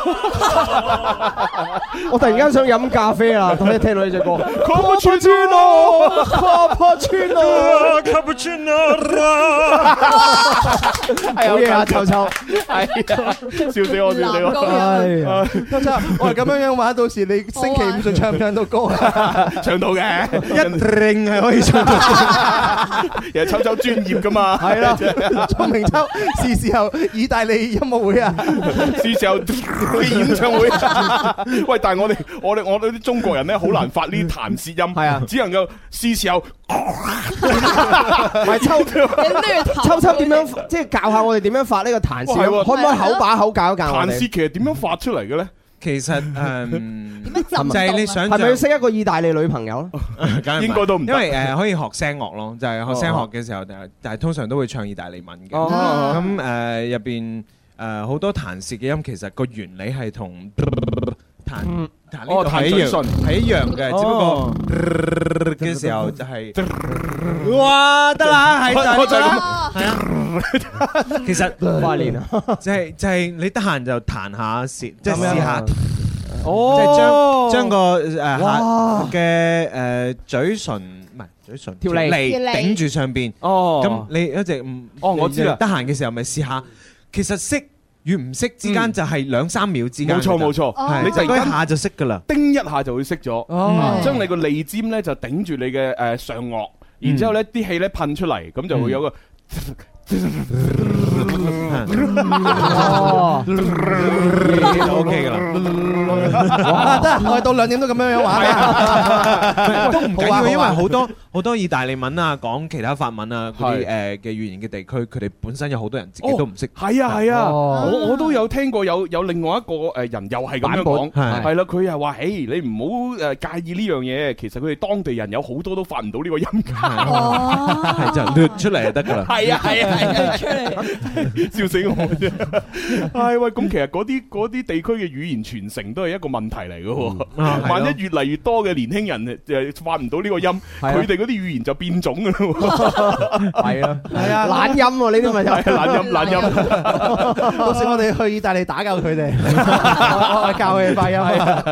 我突然間想飲咖啡 (laughs) 啦，當一聽到呢只歌。 (laughs) 哎 Cappuccino，Cappuccino，哎好嘢啊，臭臭！笑死我，笑死我！啊 (laughs) 啊哎呀，秋秋，我係咁樣樣玩，到時你星期五仲唱唔唱到歌啊？唱到嘅，一定係可以唱到。又抽抽專業噶嘛，係啦，鐘明秋是時候意大利音樂會啊！是時候演唱會。喂，但係我哋我哋我哋啲中國人咧，好難發呢啲彈舌音，係啊只能夠是時候。唔係秋你都要投秋秋點樣，即係教下我哋點樣發呢個彈舌哇係喎音，可唔可以口把口教一教啊我彈舌哋？其實點樣發出嚟嘅咧？其實誒，點樣浸啊就係你想係咪要象，識一個意大利女朋友咧？梗係唔係應該都唔因得為誒可以學聲樂咯，就係學聲樂嘅時候，但係但係通常都會唱意大利文嘅。哦咁誒入邊誒好多彈舌嘅音，其實個原理係同彈彈呢個係一樣哦係一樣嘅，哦只不過嘅時候就係哇得啦，係就係咁。 (laughs) 哦係啊，其實八年啊！就係就係你得閒就彈下舌，即係試下，即係哦將將個誒下哇嘅誒嘴唇唔係嘴唇條脷條脷頂住上邊。哦咁你一直唔哦我知啦你得閒嘅時候咪試下。其實識與唔識之間就係兩三秒之冇間㗎咋。錯冇錯，係你你就突嗰然一間下就識㗎啦。叮一下就會識咗。哦將你個脷尖咧就頂住你嘅誒上顎，然之後咧啲氣咧噴出嚟，咁就會有個哦， O K 㗎啦。哇，得啊，我哋到兩點都咁樣樣玩啊！都唔緊好啊好啊要，因為好多好多意大利文啊，講其他法文啊嗰係啲誒嘅語言嘅地區，佢哋本身有好多人自己都唔識。 (laughs) 係啊係啊，哦我我都有聽過有有另外一個誒人又係咁樣講，版本係係啦，佢係話：，誒你唔好誒介意呢樣嘢，其實佢哋當地人有好多都發唔到呢個音。哦係就掠出嚟就得㗎 (laughs) 啦。係啊係啊係啊，笑死我啫！係喂，咁其實嗰啲嗰啲地區嘅語言傳承都係一個問題嚟嘅啊喎。係咯萬一越嚟越多嘅年輕人誒發唔到呢個音，係啊佢哋嗰啲語言就變種㗎啦喎。係啊，係啊，懶音喎，呢啲咪就係係懶音懶音， (laughs) 到時我哋去意大利打救佢哋，我我教佢哋發音啊。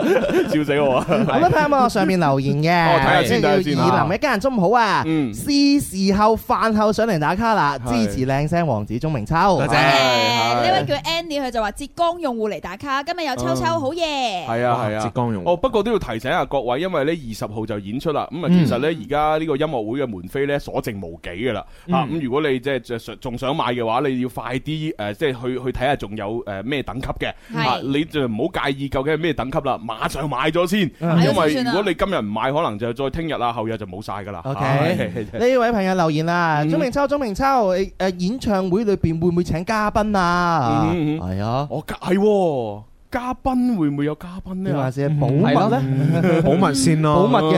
笑死我啊！咁樣睇下我上面留言嘅，哦睇下先睇下先即係要以林一家人中午好啊，嗯是時候飯後上嚟打卡啦，係支持靚聲王子鐘明秋，多謝誒呢位叫 Andy，佢就話浙江用户嚟打卡，今日有秋秋，好嘢。係啊係浙啊。江用哦，不過都要提醒下各位，因為呢二十號就演出啦。咁啊，嗯其實呢，而家呢個音樂會嘅門飛呢，所剩無幾㗎啦。嗯啊，咁如果你即係仲想買嘅話，你要快啲誒，即係去去睇下仲有誒咩等級嘅。係啊，你就唔好介意究竟係咩等級啦，馬上買咗先，嗯買咗因為先如啊果你今日唔買，可能就再聽日啊、後日就冇晒㗎啦。啊 OK，呢 (laughs) 位朋友留言啦，嗯鐘明秋，鐘明秋，誒誒演唱會裏邊會唔會請嘉賓啊？嗯嗯嗯係啊，我嘉係喎哦嘉賓會唔會有嘉賓你話呢？是保密咧？保密先保咯，密嘅，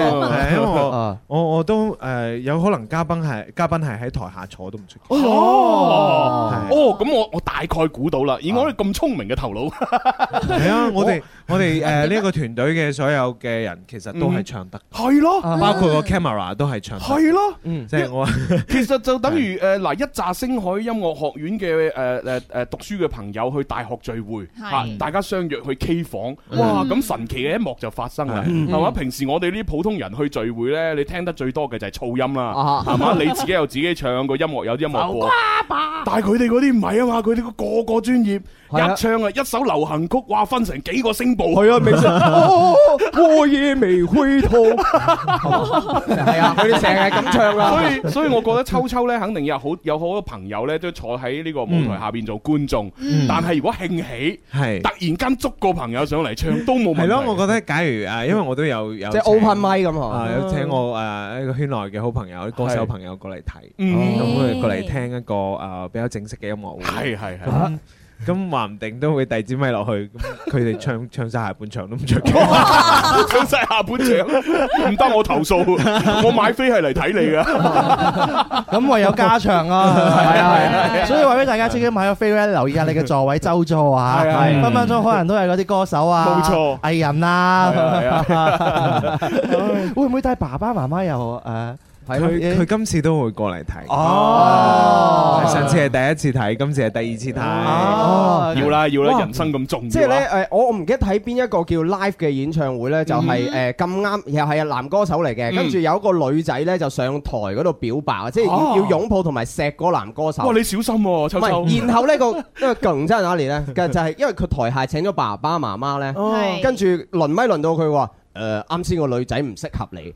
(laughs) 係因為我啊，我我都誒有可能嘉賓係嘉賓係喺台下坐都唔出奇。哎哦，係哦，咁我我大概估到啦。以啊我哋咁聰明嘅頭腦，係啊，我哋我哋誒呢個團隊嘅所有嘅人其實都係唱得，係啊咯，包括個 camera 都係唱得，係咯。即係我其實就等於誒嗱，一扎星海音樂學院嘅誒誒誒讀書嘅朋友去大學聚會，係嚇大家相約去 K 房，哇！咁神奇嘅一幕就發生啦，係嘛？平時我哋呢啲普通人去聚會呢，你聽得最多嘅就係噪音啦啊，係嘛？你自己有自己唱個音樂有音樂過，但係佢哋嗰啲唔係啊嘛，佢哋個個專業係啊一唱啊一首流行曲，哇分成幾個聲部，啊，未識哦，我也未回頭。係啊，佢哋成日咁唱所啊。以所以我覺得秋秋呢，肯定有好有好多朋友呢，都坐喺呢個舞台下邊做觀眾，但係如果興起。係突然間捉個朋友上嚟唱都冇問題。係咯，我覺得假如誒，因為我都有有即係請 open mic 咁啊！嗬，有請我誒一個圈內嘅好朋友、歌手朋友過嚟睇，嗯咁佢過嚟聽一個誒比較正式嘅音樂會，係係係。咁咁話唔定都會遞支咪落去，咁佢哋唱唱晒下半場都唔出奇。唱晒下半場，唔得我投訴，我買飛係嚟睇你噶。咁唯有加場啊，係 (laughs) 啊係啊係係啊啊，所以話俾大家自己買咗飛咧，留意下你嘅座位周座啊，係啊係啊分分鐘可能都係嗰啲歌手啊，冇錯藝人係啊 (laughs) (laughs) 啊，會唔會帶爸爸媽媽又誒佢佢今次都會過嚟睇。哦上次係第一次睇，今次係第哦二次睇。要啦要啦，哇人生咁重要啊，即係咧誒，我我唔記得睇邊一個叫 live 嘅演唱會咧，就係嗯誒咁啱又係啊男歌手嚟嘅，嗯跟住有一個女仔咧就上台嗰度表白啊，即係哦要要擁抱同埋錫嗰個男歌手。哇你小心喎，秋秋唔。係，然後呢個因為勁真係哪年咧，嘅就係因為佢台下請咗爸爸媽媽咧，係哦跟住輪咪輪到佢話。誒啱先個女仔唔適合你，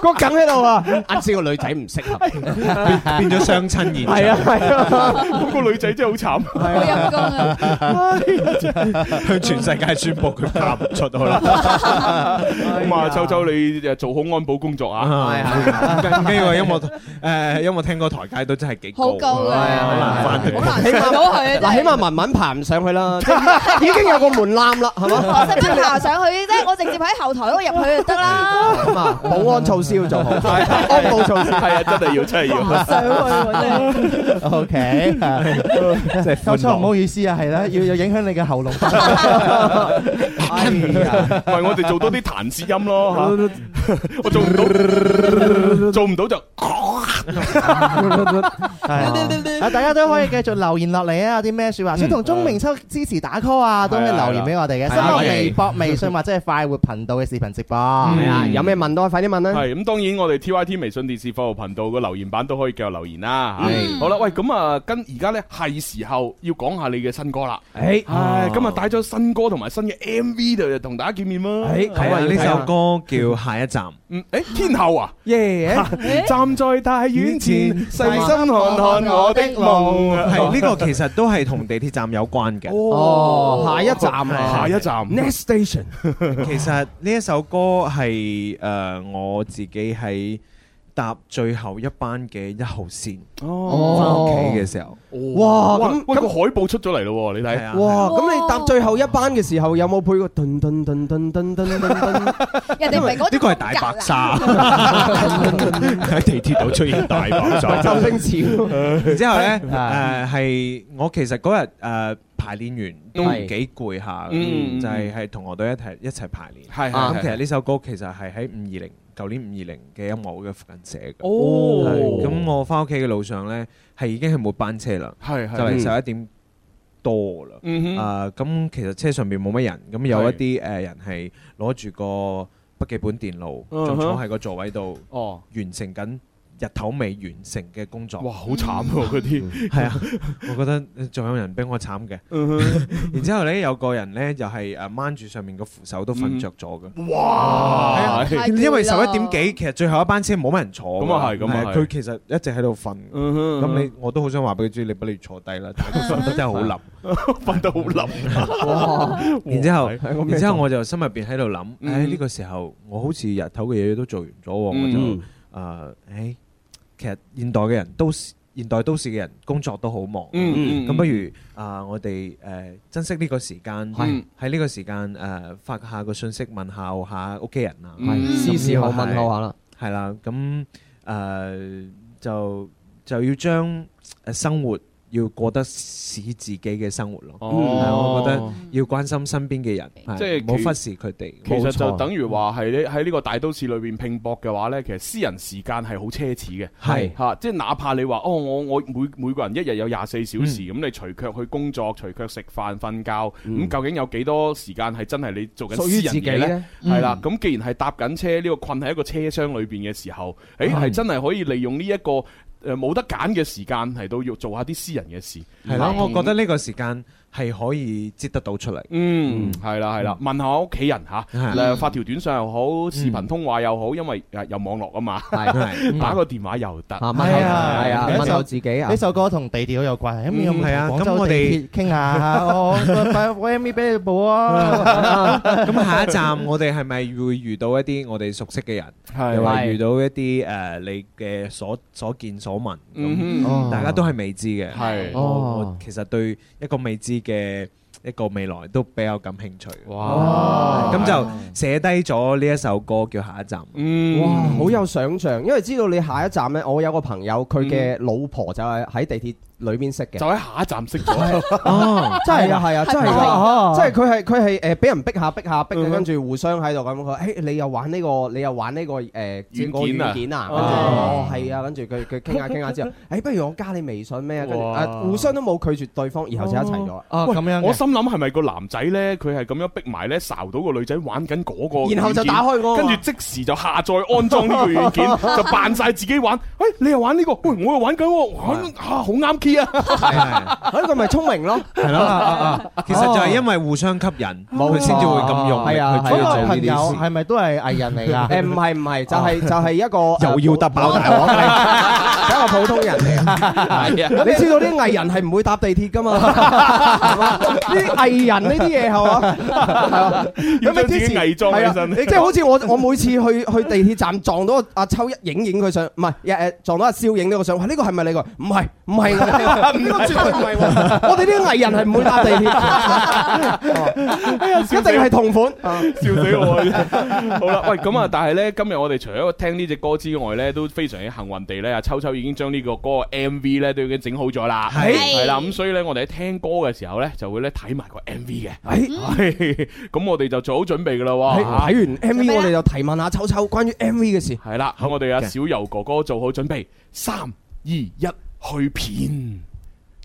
個梗喺度啊！啱先個女仔唔適合你，變咗相親現係啊係啊， (laughs) 嗰個女仔真係好慘，好陰公啊！場，向全世界宣佈佢嫁唔出去啦。咁啊，秋秋你誒做好安保工 (laughs) 作啊！係啊，係呢個音樂誒音樂聽歌台階都真係幾好高嘅，好難翻好難起碼上到去嗱，起碼文文爬唔上去啦，即係已經有個門檻啦，係嘛？我使乜爬上去啫？我直接喺後台嗰度入去就得啦。咁啊，保安措施要做好，安保措 (laughs) 施。係啊，真係要，真係要。上去喎真係。 O K，即係歡秋樂秋唔好意思啊，係 (laughs) 啦，要要影響你嘅喉嚨。哎呀，喂，我哋做多啲彈舌 (laughs) 音咯嚇，我做 (laughs) 唔到，做唔到 (laughs) 就係啊，大家都可以繼續留言落嚟啊！有啲咩説嗯話想同鐘明秋支持打 call 啊，都可以留言俾我哋嘅。啊新浪微博、微信或者係快活頻道嘅視頻直播。係啊，有咩問都快啲問啦。係咁。當然，我哋 T Y T 微信電視服務頻道個留言版都可以繼續留言啦。係好啦，喂，咁啊，跟而家咧係時候要講下你嘅新歌啦。啊誒，唉，哎今日帶咗新歌同埋新嘅 M V 就同大家見面啦。誒咁啊，呢首歌叫《下一站》。嗯，誒，天后 (laughs) 啊！耶，站在大院前，細心看看我的夢。係呢個其實都係同地鐵站有關嘅。哦，下一站下啊，一站 next station， (laughs) 其實呢一首歌係誒、呃我自己喺搭最後一班嘅一號線哦，翻屋企嘅時候，哇哇咁喂個海報出咗嚟咯喎，你係睇。啊，哇，咁你搭最後一班嘅時候有冇配過噔噔噔噔噔噔噔人哋唔係嗰呢個係大白鯊 (laughs) 喺地鐵度出現大 (laughs) 白噔？鯊。周星馳，然之後咧誒啊係我其實嗰日誒排練完都幾攰下，嗯就係係同樂隊一齊一齊排練。係啊咁其實呢首歌其實係喺五二零舊年五二零嘅音樂會嘅附近寫嘅。係哦，咁我翻屋企嘅路上呢，係已經係冇班車啦，係就係，嚟十一點多啦。嗯哼，啊，咁其實車上面冇乜人，咁有一啲誒人係攞住個筆記本電腦，嗯哼仲坐喺個座位度哦，完成緊日頭未完成嘅工哇，作。好慘喎嗰啲，係啊，我覺得呃仲有人比我慘嘅。嗯 (laughs) 然之後呢，有個人呢，又係誒掹住上面個扶手都瞓着咗嘅。哇，太攰啦因為十一點幾，其實最後一班車冇乜人坐㗎。咁啊係咁啊係係佢其實一直喺度瞓。嗯哼，咁你我都好想話俾佢知，你不如坐低 (laughs) 啦，但係佢瞓得真係 (laughs) 好冧。瞓得好冧，然之後，咁咩然之後我就心入邊喺度諗，嗯唉呢個時候我好似日頭嘅嘢都做完咗喎，我嗯就誒，唉其實現代嘅人都市現代都市嘅人工作都好忙，嗯嗯咁不如啊我哋誒珍惜呢個時間，係喺呢個時間誒發下個信息問候下屋企人啊，嗯試試我問候下啦。係啦，咁誒就就要將誒生活要過得似自己嘅生活咯。係我覺得要關心身邊嘅人，哦即即係係其冇忽視佢哋。其實就等於話係你喺呢個大都市裏邊拼搏嘅話呢，其實私人時間係好奢侈嘅，係嚇，即係哪怕你話哦，我我每每個人一日有廿四小時，咁你除卻去工作，除卻食飯、瞓覺，咁究竟有幾多時間係真係你做緊屬私於人自己嘢呢？咧，係啦，咁既然係搭緊車，呢個困喺一個車廂裏邊嘅時候，誒係真係可以利用呢一個誒冇得揀嘅時間，係到要做下啲私人嘅事。係啦，我覺得呢個時間係可以擠得到出嚟。嗯，係啦係啦，問下屋企人啊吓，係誒發條短信又好，視頻通話又好，因為誒有網絡啊嘛，係打個電話又得。嗯啊問候啊係啊呢首問候自己啊呢。首歌同地調有關係，咁有冇係啊同廣咁州我地哋鐵傾 (laughs) 下？我我快我 M V 俾你報啊！咁下一站我哋係咪會遇到一啲我哋熟悉嘅人，係，又話遇到一啲誒你嘅所所見所聞咁，嗯哼，哦大家都係未知嘅。係我我其實對一個未知嘅一個未來都比較感興趣。哦哇，咁就寫低咗呢一首歌叫《下一站》。嗯，哇，嗯好有想像，因為知道你下一站呢，我有個朋友佢嘅老婆就係喺地鐵裏邊識嘅。就喺下一站識咗。哦，真係啊，係啊，真係哦㗎，即係佢係佢係誒俾人逼下逼下逼嗯嘅，跟住互相喺度咁佢，誒你又玩呢個，你又玩呢個誒個軟件啊軟件啊，跟住哦哦係啊，跟住佢佢傾下傾 (laughs) 下之後，誒不如我加你微信咩？啊跟住哇誒互相都冇拒絕對方，然後就一齊啊咗。啊哦喂我心諗係咪個男仔咧，佢係咁樣逼埋咧，睄到個女仔玩緊嗰個，然後就打開嗰個哦跟住即時就下載安裝呢個軟件， (laughs) 就扮晒自己玩。喂，你又玩呢個？喂，我又玩緊喎，玩啊好啱 key 啊！呢個咪聰明 (laughs) 咯，係咯哦啊，啊其實就係因為互相吸引，佢先至會咁用力係啊去係做啊個呢朋友啲事。係咪都係藝人嚟㗎？誒唔係唔係，就係就 (laughs) 係一個又要搭爆大鑊，係一個普通人嚟㗎。你知道啲藝人係唔會搭地鐵㗎嘛？係嘛啲藝人呢啲嘢係嘛？係嘛？要將自己偽裝起身係啊即係好似我我每次去去地鐵站撞到阿秋一影影佢相，唔係誒誒撞到阿蕭影呢個相，哇呢個係咪你個？唔係唔係我，呢個絕對唔係我。我哋啲藝人係唔會搭地 (laughs) 哎鐵，一定係同款。笑死我啊！真係好啦，喂，咁啊，但係咧，今日我哋除咗聽呢只歌之外咧，都非常之幸運地咧，阿秋秋已經將呢個歌嘅 M V 咧都已經整好咗啦，係係啦，咁所以咧，我哋喺聽歌嘅時候咧，就會咧睇埋個 M V 嘅， (laughs) 係咁我哋就做好準備噶啦喎，睇嚇睇完 MV 我哋就提問下秋秋關於 MV 嘅事。係啦，好，我哋阿小游哥哥做好準備，三二一，去片。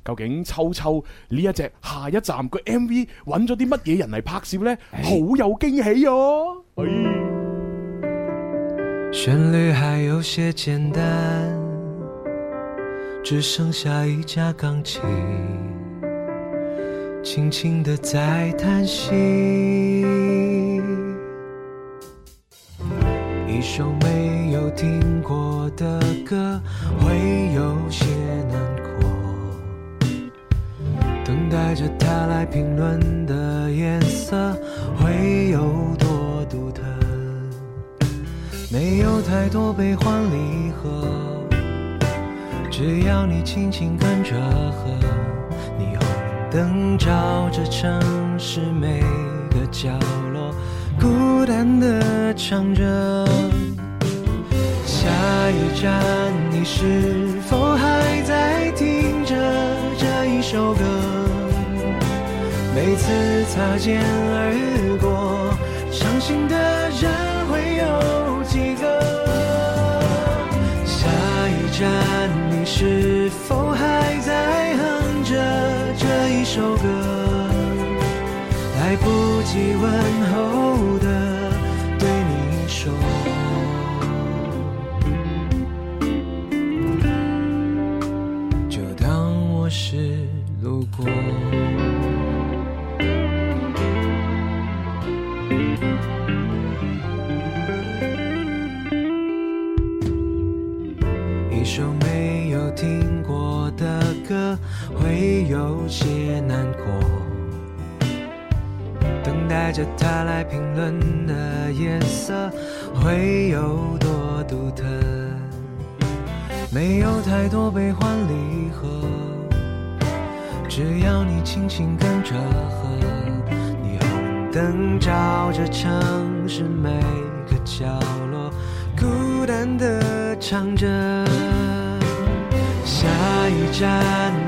究竟秋秋呢一隻下一站個 M V 揾咗啲乜嘢人嚟拍攝呢？好有驚喜哦！旋律还有些简单，只剩下一架钢琴，轻轻的在叹息。一首没有听过的歌，会有些难过。等待着他来评论的颜色，会有多独特？没有太多悲欢离合，只要你轻轻跟着和。霓虹灯照着城市每个角落，孤单地唱着。下一站，你是否还在听着这一首歌？每次擦肩而过，伤心的人会有几个？下一站，你是否还在哼着这一首歌？来不及问候的，对你说。就当我是路过。一首没有听过的歌，会有些难过。等待着他来评论的夜色，会有多独特？没有太多悲欢离合，只要你轻轻跟着和。霓虹灯照着城市每个角落，孤单地唱着。下一站，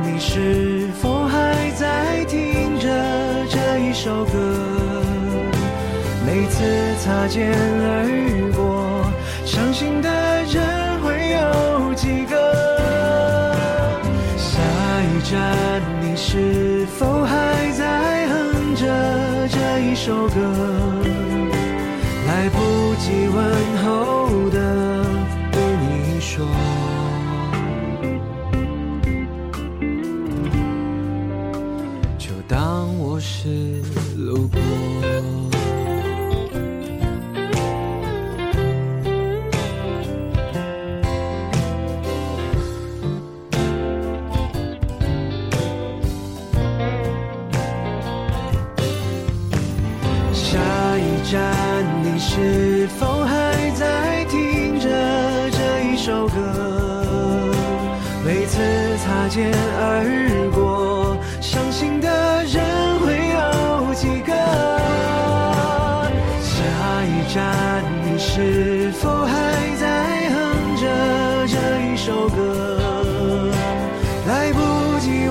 你是否还在听着这一首歌？每次擦肩而过，伤心的人会有几个？下一站，你是否还在哼着这一首歌？来不及问候的，对你说。就当我是路过。下一站，你是否还在听着这一首歌？每次擦肩而过，伤心的人会有几个？下一站，你是否还在哼着这一首歌？来不及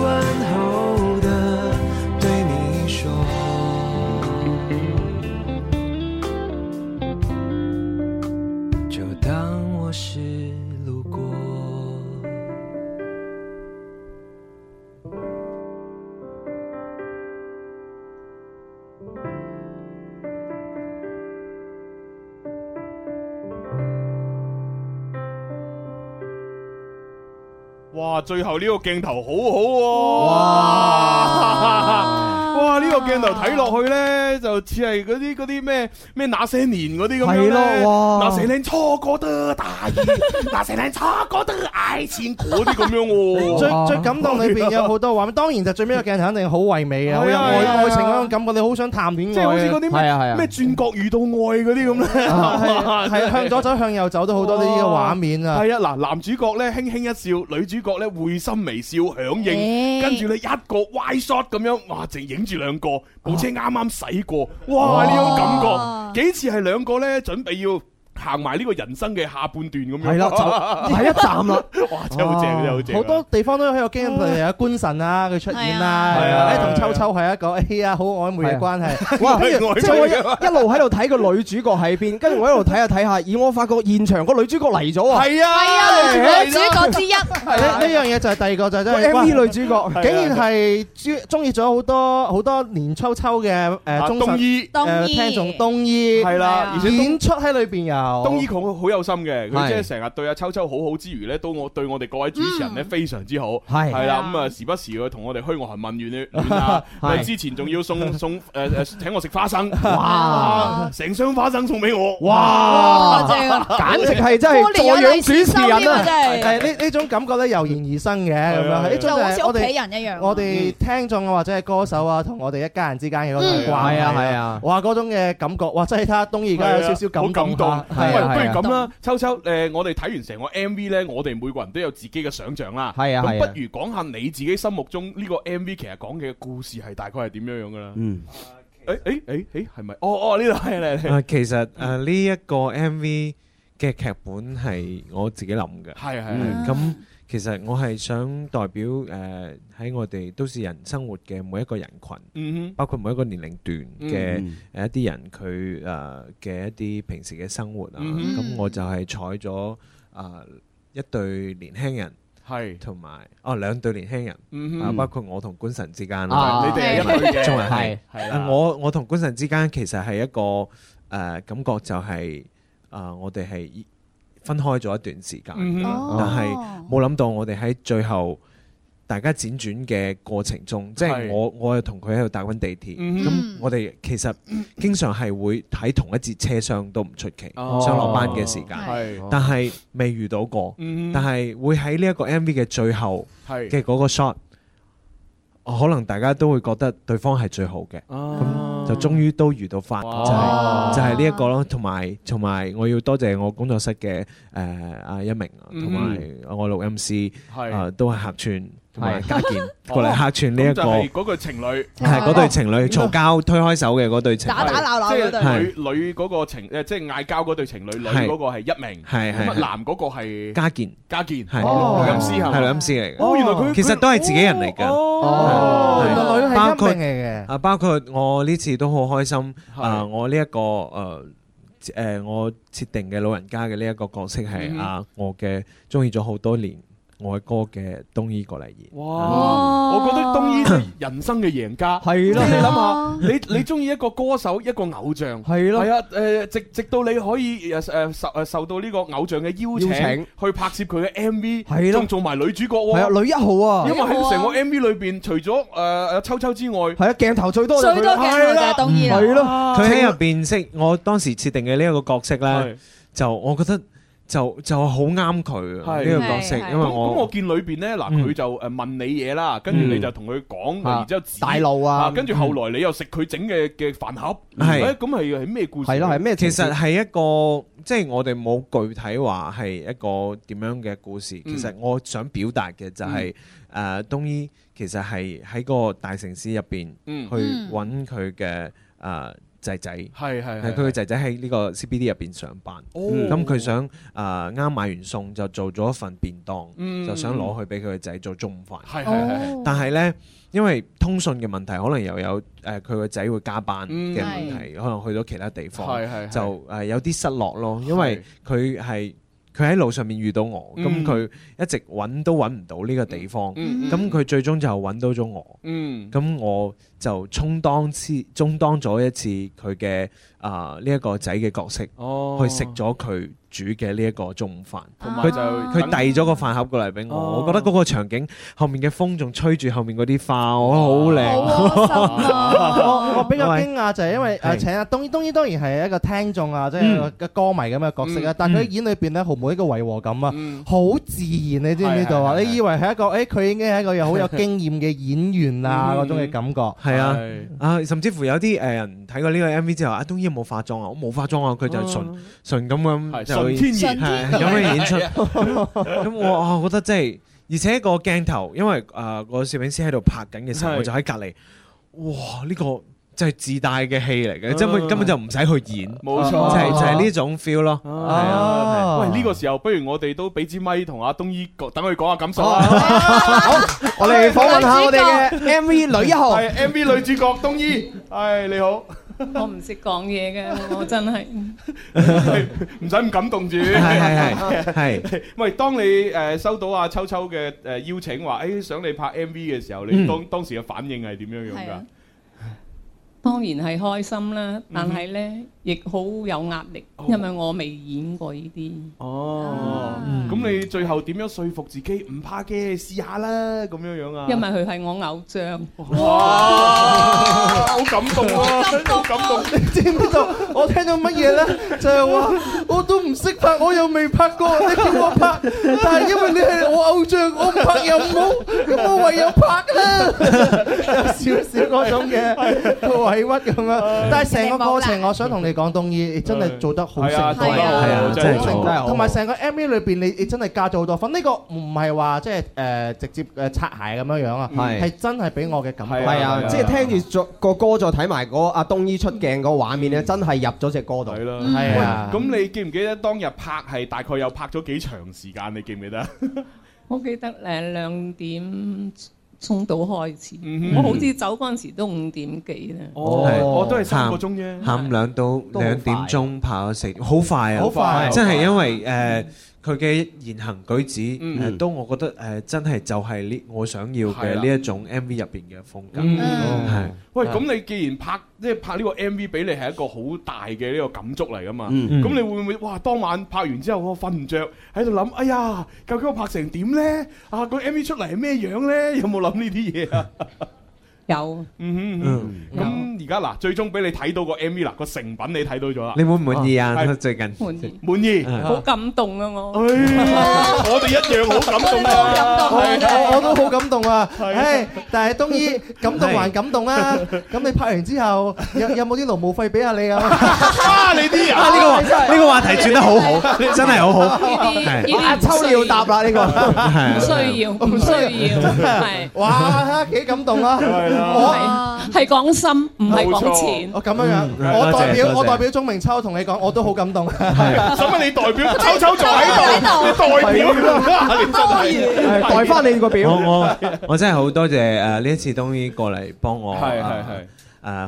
哇！最後呢個鏡頭好好喎，哇！哇！呢個鏡頭睇落去咧，就似係嗰啲嗰啲咩咩那些年嗰啲咁樣係咧，咯哇那些年錯過的大雨，那些年錯過的愛情嗰啲咁樣喎，最最感動裏邊有好多畫面，當然就最尾個鏡頭肯定好唯美嘅，啊好有愛愛情嗰種感覺，你好想談戀愛，即係好似嗰啲係啊係咩啊咩轉角遇到愛嗰啲咁咧， (laughs) 係係向左走向右走都好多呢啲嘅畫面啊！係啊，嗱，男主角咧輕輕一笑，女主角咧會心微笑響應，咦跟住咧一個 wide shot 咁樣，哇，淨影住兩個部車啱啱駛過，哇，呢種感覺幾似係兩個咧準備要。行埋呢個人生嘅下半段咁樣，係啦就 (laughs) 下一站啦，哇，真係啊好正，真係好正，好多地方都喺度經歷，例如有官神啊，佢出現啦，係啊誒同秋秋係一個哎呀好曖昧啊嘅關係， (laughs) 哇！係我即係我一一路喺度睇個女主角喺邊，跟住我一路睇下睇下，而我發覺現場個女主角嚟咗啊！係啊，女主角之一，呢呢樣嘢就係第二個就係真係個 MV 哇女主角，竟然係中中意咗好多好多年秋秋嘅誒忠東實醫哦當誒聽眾東醫係啦，而且東演出喺裏邊有東醫佢好有心嘅，佢係嗯即係成日對阿秋秋好好之餘咧，都我對我哋各位主持人咧非常之好，係係係啊啦，咁啊時不時佢同我哋虛我寒問暖暖啊，係佢之前仲要送送誒誒請我食花生，哇哇，成箱花生送俾我， (laughs) 哇哇！正啊！簡直係真過係年有助養利主是收持添人啊，啊！真係係呢呢種感覺咧油然而生嘅咁係啊樣，呢就種就好係似我屋哋企。人一樣。我哋聽眾啊，或者係歌手啊，同我哋一家人之間嘅嗰種嗯關係係啊係啊哇嗰種嘅感覺，哇真係睇下東兒而家有少少啊好感感動動嚇，係啊喂，啊係啊不如咁啦，秋秋誒，我哋睇完成個 MV 咧，我哋每個人都有自己嘅想像啦，係啊咁係不啊如講下你自己心目中呢個 MV 其實講嘅故事係大概係點樣樣噶啦？嗯，誒誒誒誒，係咪？哦哦，呢度係嚟嚟，啊，其實誒呢一個 MV 嘅劇本係我自己諗嘅。係係係嗯咁其實我係想代表誒喺、我哋都市人生活嘅每一個人群，嗯包括每一個年齡段嘅嗯誒一啲人佢誒嘅一啲平時嘅生活啊，嗯咁、我就係採咗誒一對年輕人哼，係，同埋哦兩對年輕人、嗯哼啊，包括我同官神之間啦。啊你哋係一對嘅，仲係係係啊啦，我我同官神之間其實係一個誒、呃感覺就係、啊我哋係分開咗一段時間。嗯哼哦但係冇諗到我哋喺最後大家輾轉嘅過程中，即係係我我係同佢喺度搭緊地鐵，嗯咁、哼我哋其實經常係會睇同一節車廂都唔出奇，哦上落班嘅時間，係，但係未遇到過，嗯但哼，係會喺呢一個 MV 嘅最後係嘅嗰個 shot，可能大家都會覺得對方係最好嘅。咁就終於都遇到翻，就哦哇係就係呢一個咯，同埋同埋我要多謝我工作室嘅誒阿一鳴啊，同埋我錄音師嗯係哦啊，都係客串同埋係家健 (laughs) 過嚟客串呢一咁就個係嗰個情侶，係嗰 (laughs) 對情侶嘈交推開手嘅嗰對情打侶，打鬧鬧嗰即對係女女嗰個情誒，即係嗌交嗰對情侶，女係嗰個係一名，係咁啊係男嗰個係家健家健，係哦錄音師係係嘛錄音師嚟嘅，哦，原來佢其實都係自己人嚟嘅。哦，係原來女包係括一名嚟嘅，啊，包括我呢次都好開心係啊！我呢、一個誒誒、呃我設定嘅老人家嘅呢一個角色係、嗯啊，我嘅中意咗好多年我嘅歌嘅東醫過嚟演。哇！我覺得東醫真係人生嘅贏家，係啊即咯係你諗下，你你中意一個歌手，一個偶像。係咯係，啊，誒，直直到你可以誒誒受誒受到呢個偶像嘅邀請，邀請去拍攝佢嘅 MV，係咯仲做埋女主角係喎。啊，女一號啊因，為喺成個 MV 裏邊，除咗誒誒秋秋之外，係啊，鏡頭最多就佢最多鏡頭就係東醫啦。係咯，佢喺入邊識我當時設定嘅呢一個角色咧，啊係就我覺得就就好啱佢啊係呢個角色，係係因為咁咁我我見裏邊咧，嗱嗯佢就誒問你嘢啦，跟住你就同佢講，啊然之後指大路啊，啊，跟住後來你又食佢整嘅嘅飯盒，係誒咁係係咩故事？係咯係咩情其節？實係一啊個即係我哋冇具體話係一個點樣嘅故事。嗯其實我想表達嘅就係誒東醫其實係喺個大城市入邊嗯去揾佢嘅誒仔仔，係係係哦佢嘅仔仔喺呢個 CBD 入邊上班。咁佢想誒啱買完餸就做咗一份便當，嗯就想攞去俾佢嘅仔做中午飯。係係係，哦但係呢，因為通訊嘅問題，可能又有誒佢個仔會加班嗯嘅問題，可能去到其他地方。係係就誒、呃有啲失落咯，因為佢係佢喺路上面遇到我，嗯咁佢、一直揾都揾唔到呢個地方，嗯咁佢、最終就揾到咗我，嗯咁我就充當次充當咗一次佢嘅啊呢一個仔嘅角色，哦去食咗佢煮嘅呢一個中午飯，同埋佢就等佢遞咗個飯盒過嚟俾我，哦我覺得嗰個場景後面嘅風仲吹住後面嗰啲花，哦我覺得啊啊好靚。我我哦比較喂驚訝就係因為誒係請阿東東英當然係一個聽眾啊，即嗯係個歌迷咁嘅角色啊嗯，但佢演裏邊咧毫無呢個違和感啊，Ừ. 好自然你知唔知道係係啊？係你以為係一個誒佢已經係一個好有經驗嘅演員啊嗯嗰種嘅感覺，係啊，啊，甚至乎有啲誒人睇過呢個 M V 之後，阿東英有冇化妝啊？我冇化妝啊，佢就純純咁咁，就純天係然咁樣演出。係啊咁咁我我覺得即係，而且個鏡頭，因為誒個攝影師喺度拍緊嘅時候，係我就喺隔離，哇！呢個真係自帶嘅戲嚟嘅，嗯根本根本就唔使去演，冇錯哦就係就係呢種 feel 咯。係啊喂，呢個時候不如我哋都俾支咪同阿東醫講等佢講下感受啦。我哋訪問下我哋嘅 MV 女一號，係 MV 女主角東醫，唉，你好，我唔識講嘢嘅，我真係。唔使咁感動住。係係係係。喂，當你誒收到阿秋秋嘅誒邀請，話誒想你拍 MV 嘅時候，你嗯當當時嘅反應係點樣樣係啊㗎？當然係開心啦，但係呢亦好有壓力，因為我未演過呢啲。哦，咁你最後點樣說服自己唔怕嘅，試下啦，咁樣樣啊？因為佢係我偶像，哇，好感動啊，好感動。知唔知道 (laughs) 我聽到乜嘢咧？就係話我都唔識拍，我又未拍過，你叫我拍，但係因為你係我偶像，我唔拍又唔好，咁我唯有拍啦。有少少嗰種嘅委屈咁樣，但係成個過程，我想同你講，東醫真係做得好成功，係啊係啊真係做得好同埋成個 MV 裏邊，你你真係加咗好多分。呢個唔係話即係誒直接誒擦鞋咁樣樣啊，係係真係俾我嘅感覺。嗯係啊，即係聽住作個歌再睇埋嗰阿東醫出鏡個畫面咧，真係入咗只歌度。係啦，係啊。咁你記唔記得當日拍係大概又拍咗幾長時間？你記唔記得？我記得誒兩點鐘到開始，嗯哼我好似走嗰陣時都五點幾啦。係我都係三個鐘啫。下午兩到都好兩點鐘拍咗四，好快啊！好快啊真係好快啊因為誒佢嘅言行舉止嗯誒，都我覺得誒真係就係呢我想要係嘅啦呢一種 MV 入邊嘅風格，嗯哦係喂，咁你既然拍即係拍呢個 MV 俾你係一個好大嘅呢個感觸嚟噶嘛？嗯咁你會唔會哇？當晚拍完之後，我瞓唔着，喺度諗，哎呀，究竟我拍成點呢？啊，個 MV 出嚟係咩樣呢？有冇諗呢啲嘢啊？有，嗯嗯嗯。咁而家嗱，最終俾你睇到個 MV 嗱，個成品你睇到咗啦。你滿唔滿意啊？係最近滿意，滿意。嗯哎好感動啊！我我哋一樣好感動 (laughs) 啊！我我都好感動啊！唉，但係東醫感動還感動啦。咁你拍完之後，有有冇啲勞務費俾下你 (laughs) 啊？啊！你啲人啊呢個話呢個話題轉得 (laughs) 好好，真係好好，呢係啲阿秋你要答啦呢個，唔係啊需要，唔需要，係哇幾感動 (laughs) 啊！我哦係係講心，唔係講錢。我咁樣樣，嗯我代多謝多表謝我代表鐘明秋同你講，我都好感動。啊使乜你代表秋秋坐喺 (laughs) 度？你代表啊你真係係代翻你個我表。我我真係好多謝誒呢一次東醫過嚟幫我係係啊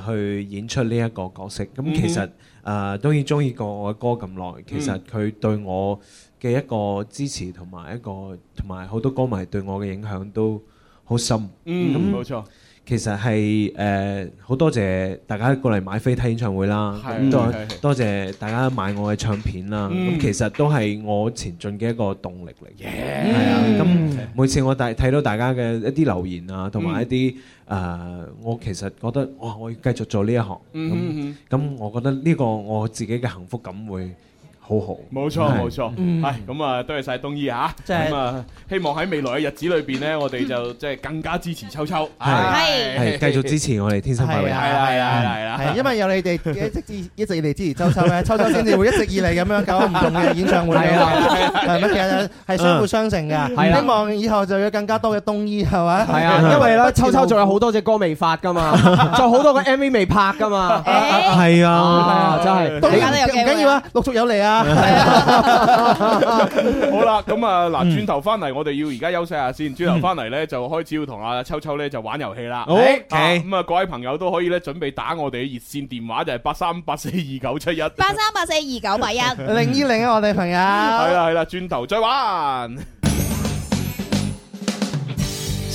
係誒去演出呢一個角色。嗯咁其實誒當然中意過我嘅歌咁耐，其實佢對我嘅一個支持同埋一個同埋好多歌迷對我嘅影響都好深。嗯，冇錯，其實係誒好多謝大家過嚟買飛睇演唱會啦，係咁多係係多謝大家買我嘅唱片啦。嗯咁其實都係我前進嘅一個動力嚟嘅，係啊。嗯咁每次我大睇到大家嘅一啲留言啊，同埋一啲嗯誒，我其實覺得哇，我要繼續做呢一行。咁嗯，咁，我覺得呢個我自己嘅幸福感會好好。冇錯冇錯，係咁啊，多謝晒東醫嚇，咁啊，希望喺未來嘅日子裏邊咧，我哋就即嗯係更加支持秋秋，係繼續支持我哋天生快活係人。啊係啦係啦係係啦，因為有你哋一直以一直以嚟支持秋秋啊咧，秋秋先至會一直以嚟咁樣搞唔同嘅演唱會㗎。係啊係乜嘢係相輔相成係嘅。啦希望以後就有更加多嘅東醫係咪？係 (laughs) 啊，因為咧，秋秋仲有好多隻歌未發噶嘛，仲有好多個 MV 未拍噶 (laughs) 嘛。係啊，啊，真係。當大家都有然唔機會緊要啊，陸續有嚟啊！Dạ. 好啦，咁啊嗱，轉頭翻嚟，我哋要而家休息下先，轉頭翻嚟咧就開始要同阿秋秋咧就玩遊戲啦。好啊咁啊，各位朋友都可以咧準備打我哋嘅熱線電話就係八三八四二九七一。八三八四二九八一，零二零啊，我哋朋 Dạ. 友。系啦系啦，轉頭再玩。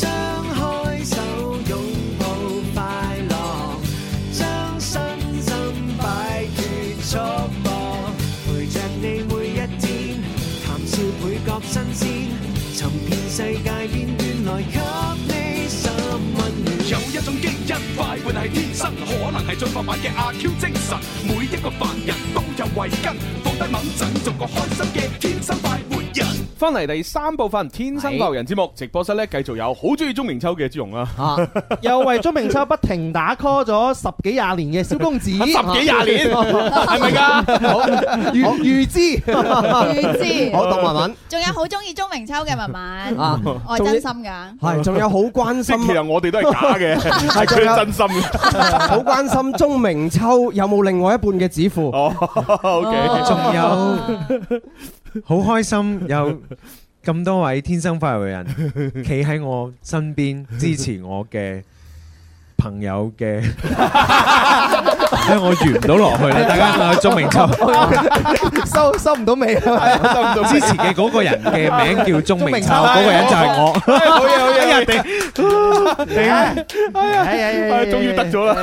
張開手擁抱快樂，將身心擺脱束縛，陪着你每一天鮮，尋遍世界邊端來給你十蚊暖。有一種基因快活係天生，可能係進化版嘅阿 Q 精神。每一個凡人都有慧根，放低猛陣，做個開心嘅天生快活人。翻嚟第三部分《天生浮人》節目，直播室咧繼續有好中意鐘明秋嘅朱 (laughs) 容啦，Dạ. 又為鐘明秋不停打 call 咗十幾廿年嘅蕭公子，十幾廿年係咪㗎好預預知， (laughs) 預知好，鄧文文。仲有好中意鍾明秋嘅文文啊，我係真心㗎。係，仲有好關心。其實我哋都係假嘅 (laughs) 係佢真心嘅 (laughs) 好關心鐘明秋有冇另外一半嘅指父。哦，OK。仲有好開心有咁多位天生快 (laughs) 活人企喺我身邊支持我嘅朋友嘅， (laughs) 因為我完唔到落去啦，大家嗌 (laughs) 鐘明秋。收收唔到尾，收唔到尾支持嘅嗰個人嘅名叫鐘明秋，嗰個人就係我。好嘢好 (laughs) 嘢，人哋 Dạ. 哎終於得咗啦！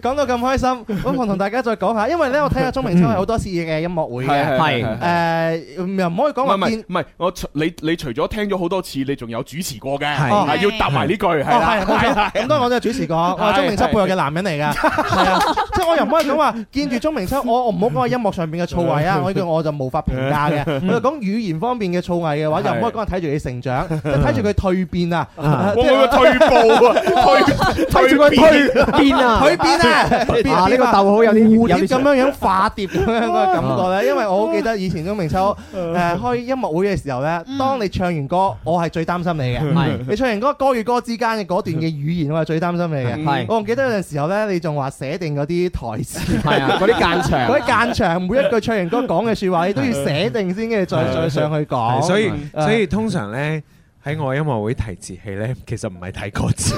講到咁開心，咁我同大家再講下，因為咧我睇下鐘明秋 (laughs) 係好多次嘅音樂會嘅，係係誒又唔可以講唔係唔話係見。唔係，我除你你除咗聽咗好多次，你仲有主持過嘅，係係要答埋呢句係哦，係啦冇錯。咁當然我都係主 (laughs) 持講，我係鐘明秋背後嘅男人嚟㗎，係啊，即係我又唔可以講話見住鐘明秋，我我唔好講話音樂上邊嘅造詣啊，我呢句我就無法評價 (laughs) 嘅。嗯我就講語言方面嘅造詣嘅話，又唔可以講話睇住佢成 (laughs) 長，即係睇住佢蜕變啊，啊即係哇佢退步啊退睇住佢蜕蜕變啊蜕變 (laughs) 啊啊，變呢個啊逗號有啲蝴有蝶啲咁長樣樣化蝶咁樣嘅感覺咧，因為我好記得以前鐘明秋誒開音樂會嘅時候咧，當你唱完歌，我係最擔心你係嘅，你唱完歌歌與歌之間嘅嗰段嘅語言，我係最擔心你嘅。係我仲記得有陣時候咧，你仲話寫定嗰啲台詞，係啊嗰啲間場嗰啲間場每一句唱完歌講嘅説話，你都要寫定先，跟住再再上去講。係所以誒所以通常咧。喺我音樂會提字器咧，其實唔係睇歌詞，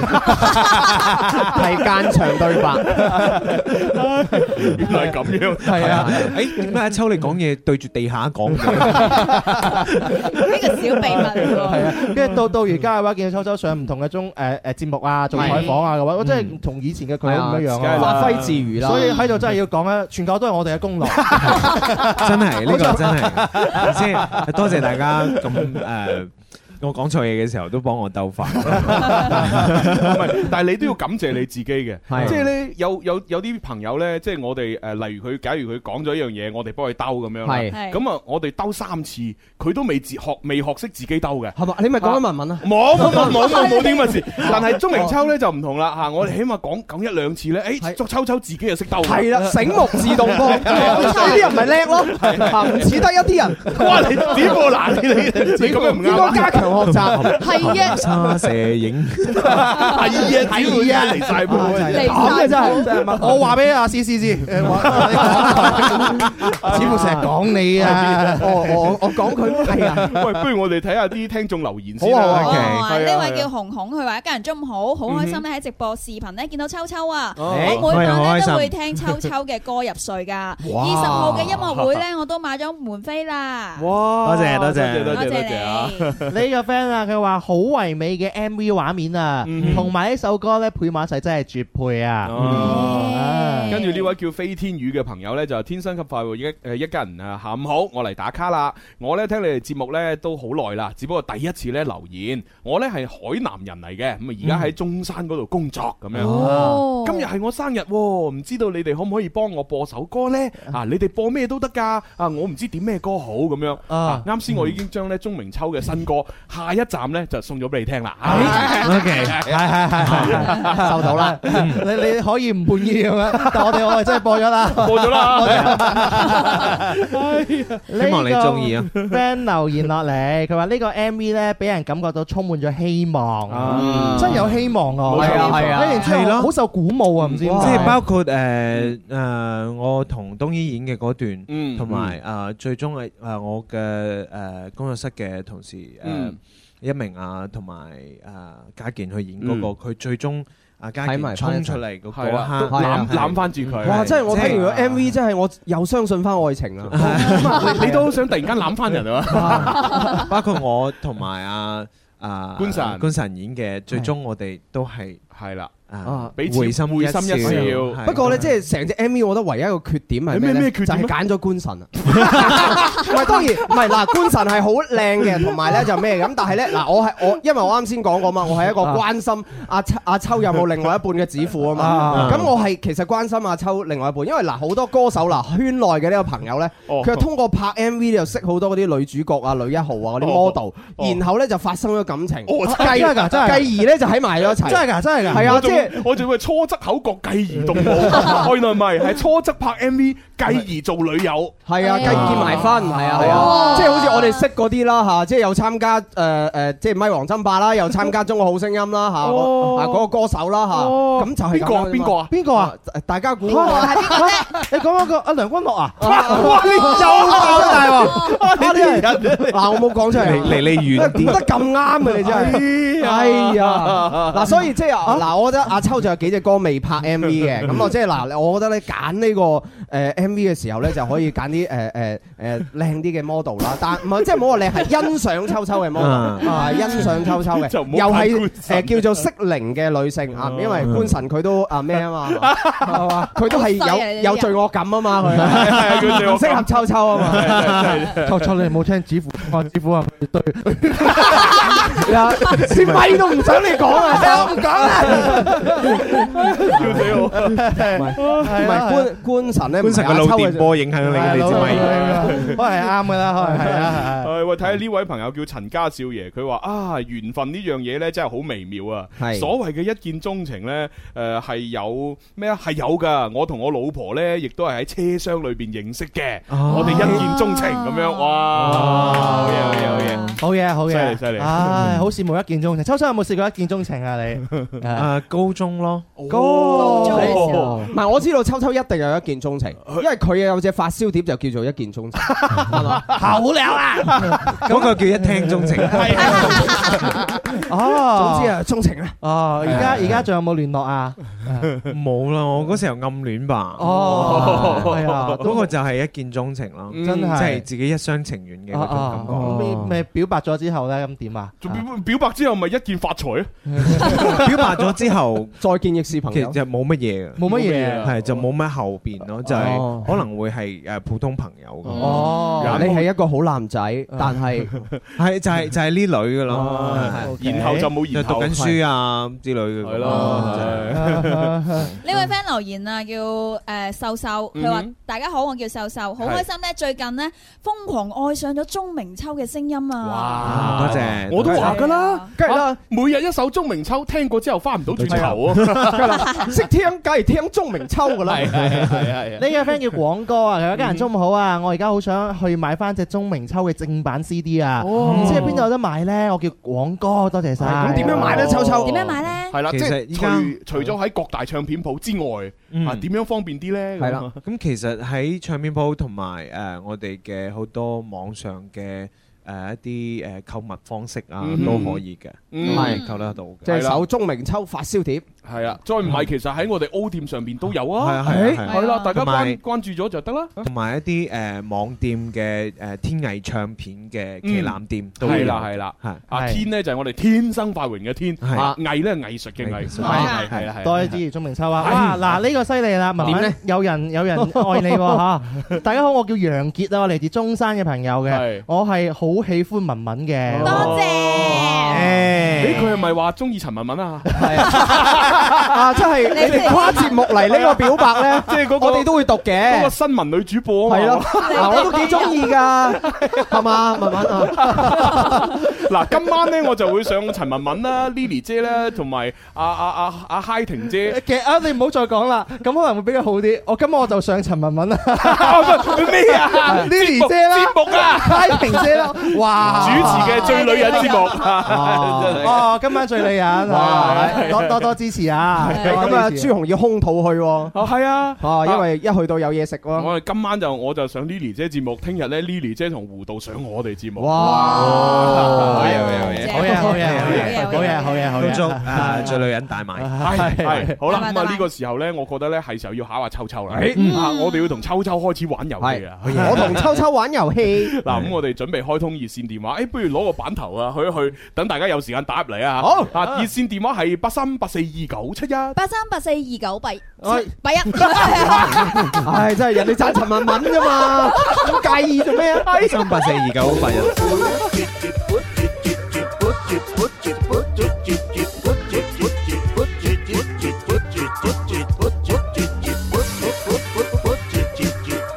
係間場對白。原來係咁樣，係 (laughs) 啊！誒點解阿秋你講嘢對住地下講嘅？係啊，跟住到到而家嘅話，見到秋秋上唔同嘅中誒誒節目啊，做採訪啊嘅話，我真係同以前嘅佢好唔一樣係啊啊發揮自如啦所以喺度真係要講咧，全球都係我哋嘅功勞。 (laughs) 真係呢個真 (laughs) 係，即係多謝大家咁 (laughs) 誒。我講錯嘢嘅時候都幫我兜翻，唔係，但係你都要感謝你自己嘅，係即係咧有有有啲朋友咧，即係我哋誒，例如佢假如佢講咗一樣嘢，我哋幫佢兜咁樣啦，係係咁啊，我哋兜三次，佢都未自學未學識自己兜嘅，係嘛？你咪講緊文文啊？冇冇冇冇冇冇啲咁嘅事，但係鐘明秋咧就唔同啦嚇，我哋起碼講講一兩次咧，誒，作秋秋自己就識兜㗎，係啦，醒目自動波，係啊呢啲人咪叻咯，啊唔似得一啲人。哇！你點個難你你你咁樣唔啱，應該加強學習係 (laughs) 啊沙蛇影係啊，係啊，離晒譜啊，離咁嘅真係真係我話俾阿思思知，誒我似乎成日講你 (laughs) 啊，我我我講佢係啊。喂，不如我哋睇下啲聽眾留言先好啦啊。好啊 OK，哇！係啊呢位係啊叫紅紅，佢話一家人中午好，好開心咧喺直播視頻咧見到秋秋啊！哦我每係好晚開咧心都會聽秋秋嘅歌入睡㗎。二十哇號嘅音樂會咧，我都買咗門飛啦。哇！多謝多謝多謝多謝啊！呢個 friend 啊，佢話好唯美嘅 MV 畫面啊，同埋呢首歌咧配埋一齊真係絕配啊！哦，跟住呢位叫飛天宇嘅朋友呢，就係天生級快活一誒一家人啊，下午好，我嚟打卡啦！我呢聽你哋節目呢都好耐啦，只不過第一次呢留言，我呢係海南人嚟嘅，咁啊而家喺中山嗰度工作咁樣。哦今日係我生日喎，唔知道你哋可唔可以幫我播首歌呢？啊，你哋播咩都得㗎，啊我唔知點咩歌好咁樣。啊，啱先我已經將呢鐘明秋嘅新歌下一站呢就送咗俾你聽啦。啊係 OK，係係係， (laughs) 收 (laughs) 到啦。你你可以唔滿意咁樣， (laughs) 但我哋我哋真係播咗啦，播咗啦我哋。 (laughs) 希望你中意啊呢個 friend 留言落嚟，佢話呢個 MV 咧，俾人感覺到充滿咗希望，真有希望冇啊！錯係啊睇完之係後咯好受鼓舞啊！唔知即點解係包括誒誒，我同東醫演嘅嗰嗯段，同埋誒最終係誒我嘅誒工作室嘅同事誒嗯一鳴啊，同埋誒家健去演嗰個，佢最終阿家睇健埋返一衝齊出嚟嗰個啊係啦刻，都攬攬返住佢哇！真係我即係睇完個 MV，真係我又相信翻愛情啦。你你都好想突然間攬翻人啊！包括我同埋阿啊官神官神演嘅，最終我哋都係係啦，啊，俾錢會心一笑。不過咧，即係成隻 MV，我覺得唯一一個缺點係咩咩咧？咩就缺點咧係揀咗官神啊！ (laughs) 唔係當然，唔係嗱，官神係好靚 (laughs) 嘅，同埋咧就咩咁，但係咧嗱，我係我，因為我啱先講過嘛，我係一個啊關心阿秋阿秋有冇另外一半嘅指父啊嘛啊，咁我係其實關心阿秋另外一半，因為嗱好多歌手嗱圈內嘅呢個朋友咧，哦佢係通過拍 MV 就識好多嗰啲女主角啊、女一號啊嗰啲 model，然後咧就發生咗感情，哦繼真啊係㗎真係㗎繼而咧就喺埋咗一齊，真係㗎真係啊，我即仲係。我仲以為初則口角繼而動武，哦原來唔係，係初則拍 MV 繼而做女友，係啊，繼結埋婚，係啊，係哇啊，即係好似我哋識嗰啲啦嚇，即係又參加誒誒，即係咪黃爭霸啦，又參加中國好聲音啦嚇，哦嗰啊嗰個歌手啦嚇，哦咁就係咁樣邊個啊邊個啊？誒大家估邊個 (laughs) 啊係邊個咧？你講嗰個阿梁君樂啊？哇你又講大喎哇你真係 (laughs) 嗱，我冇講出嚟，離離你遠啲得咁啱嘅你真係，哎哎呀啊呀，嗱，所以即係啊嗱，我覺得阿秋就有幾隻歌未拍 (laughs) MV 嘅，咁我即係嗱，我覺得咧揀呢個誒 MV 嘅時候咧，就可以揀啲誒誒誒靚啲嘅 model 啦，但唔係即係唔好話靚，係欣賞秋秋嘅 model 啊啊，欣賞秋 (laughs) 秋就嘅，唔好又揀係官誒叫做適齡嘅女性啊，因為官神佢都啊咩啊嘛，係嘛佢都係好犀利呢啲人有有罪惡感啊嘛，佢係佢罪惡感唔適合秋秋啊嘛。秋秋，你冇聽指父話指父話佢 (laughs) 對，啲咪都唔想你講啊！我唔講啦，笑死我！唔係官官神咧，官神嘅腦電波影響你嘅你知咪可能係啱嘅啦，可能係啊。 (laughs) 誒喂，睇下呢位朋友叫陳家少爺，佢話啊緣分呢樣嘢呢真係好微妙啊！係所謂嘅一見鐘情呢，誒係有咩啊？係有㗎。我同我老婆呢，亦都係喺車廂裏邊認識嘅。我哋一見鐘情咁樣，哇！好嘢，好嘢，好嘢！好嘢，好嘢，犀利犀利唉，好羨慕一見鐘情。秋秋有冇試過一見鐘情啊？你啊，高中咯，高中嘅時候唔係我知道秋秋一定有一見鍾情，因為佢有隻發燒碟就叫做一見鍾情，係嘛？好料啊！嗰個叫一聽 (laughs) 鐘情。哦，總之啊，鍾情啦。哦，而家而家仲有冇聯絡啊？冇啦，我嗰時候暗戀吧。哦係係啊嗰個就係一見鍾情啦，嗯真係即係自己一廂情願嘅啊嗰種啊感，覺。咁咪咪表白咗之後咧，咁點啊？表白之後咪一見發財啊！表白咗之後，再見亦是朋其友實就冇乜嘢嘅，冇乜嘢係就冇乜後邊咯，就係可能會係誒普通朋友咁。哦，你係一個好男仔，但係係 (laughs) 就係就係呢類嘅咯 (laughs) (laughs) 哦，係 OK 然後就冇然後就讀緊書啊之類嘅。係咯呢位 friend 留言啊，叫誒秀秀，佢話嗯：大家好，我叫秀秀，好係開心咧！最近呢，瘋狂愛上咗鐘明秋嘅聲音啊！多謝我都話㗎啦，梗係啦，每日一首鐘明秋，聽過之後翻唔到轉頭啊！識聽梗係聽鐘明秋㗎啦。係係係係係呢 (laughs) 個 friend 叫廣哥啊，佢話家人中午好啊，我而家好想去買翻隻鐘明秋嘅正版 CD 啊，唔知喺邊度有得買咧？我叫廣哥，多謝晒。咁點樣買呢秋秋點樣買咧係啦，即其實係依家嗯除除咗喺各大唱片鋪之外，啊點樣方便啲呢？咁係啦，咁其實喺唱片鋪同埋誒我哋嘅好多網上嘅誒一啲誒購物方式啊嗯都可以嘅，嗯都可以購得到嘅。即係首鐘明秋發燒碟，係啊，再唔係其實喺我哋 O 店上邊都有啊，係啊係啊係啊係啦，大家同埋關關注咗就得啦。同埋一啲誒網店嘅誒天藝唱片嘅旗艦店都係啦係啦，阿天呢就係我哋天生快活人嘅天，係啊藝呢係藝術嘅藝，係啊係係啦係啦。多謝支持鐘明秋啊！哇，嗱呢個犀利啦，文點文咧有 (laughs) 人有人愛你喎嚇！大家好，我叫楊傑啊，我嚟自中山嘅朋友嘅，我係好喜歡文文嘅。多謝。誒，佢係咪話中意陳文文啊？啊，真係你哋跨節目嚟呢個表白咧，即係嗰個我哋都會讀嘅。嗰個新聞女主播啊嘛係咯，嗱，我都幾中意㗎，係嘛，文文啊， (laughs) 嗱，今晚咧我就會上陳文文啦、Lily 姐啦，同埋阿阿阿阿 Hi 婷姐。其實啊，你唔好再講啦，咁可能會比較好啲。我今日我就上陳文 (laughs) 文啦，咩啊 Lily 姐啦，節目啊太平姐啦，哇！主持嘅最女人節目，啊哦，今晚最女人，啊多多多支持啊！咁啊，朱紅要空肚去喎，啊係啊，啊，因為一去到有嘢食啊喎，我哋今晚就我就上 Lily 姐節目，聽日咧 Lily 姐同胡導上我哋節目。哇好嘢好嘢好嘢好嘢好嘢好嘢好嘢好恭祝嘢！誒最女人大賣，係係好啦，拜拜咁啊呢個時候咧，我覺得咧係時候要考下秋秋啦。嗯啊，我哋要同秋秋開始玩遊戲啊！我同秋秋玩遊戲，哎嗱，咁我哋準備開通熱線電話，誒，不如攞個板頭啊，去一去，等大家有時間打 WhatsApp 嚟啊！好啊，熱線電話係八三八四二九七一。八三八四二九八哎八一。唉，真係人哋讚陳文文啫嘛，咁介意做咩啊？三八四二九八一。翻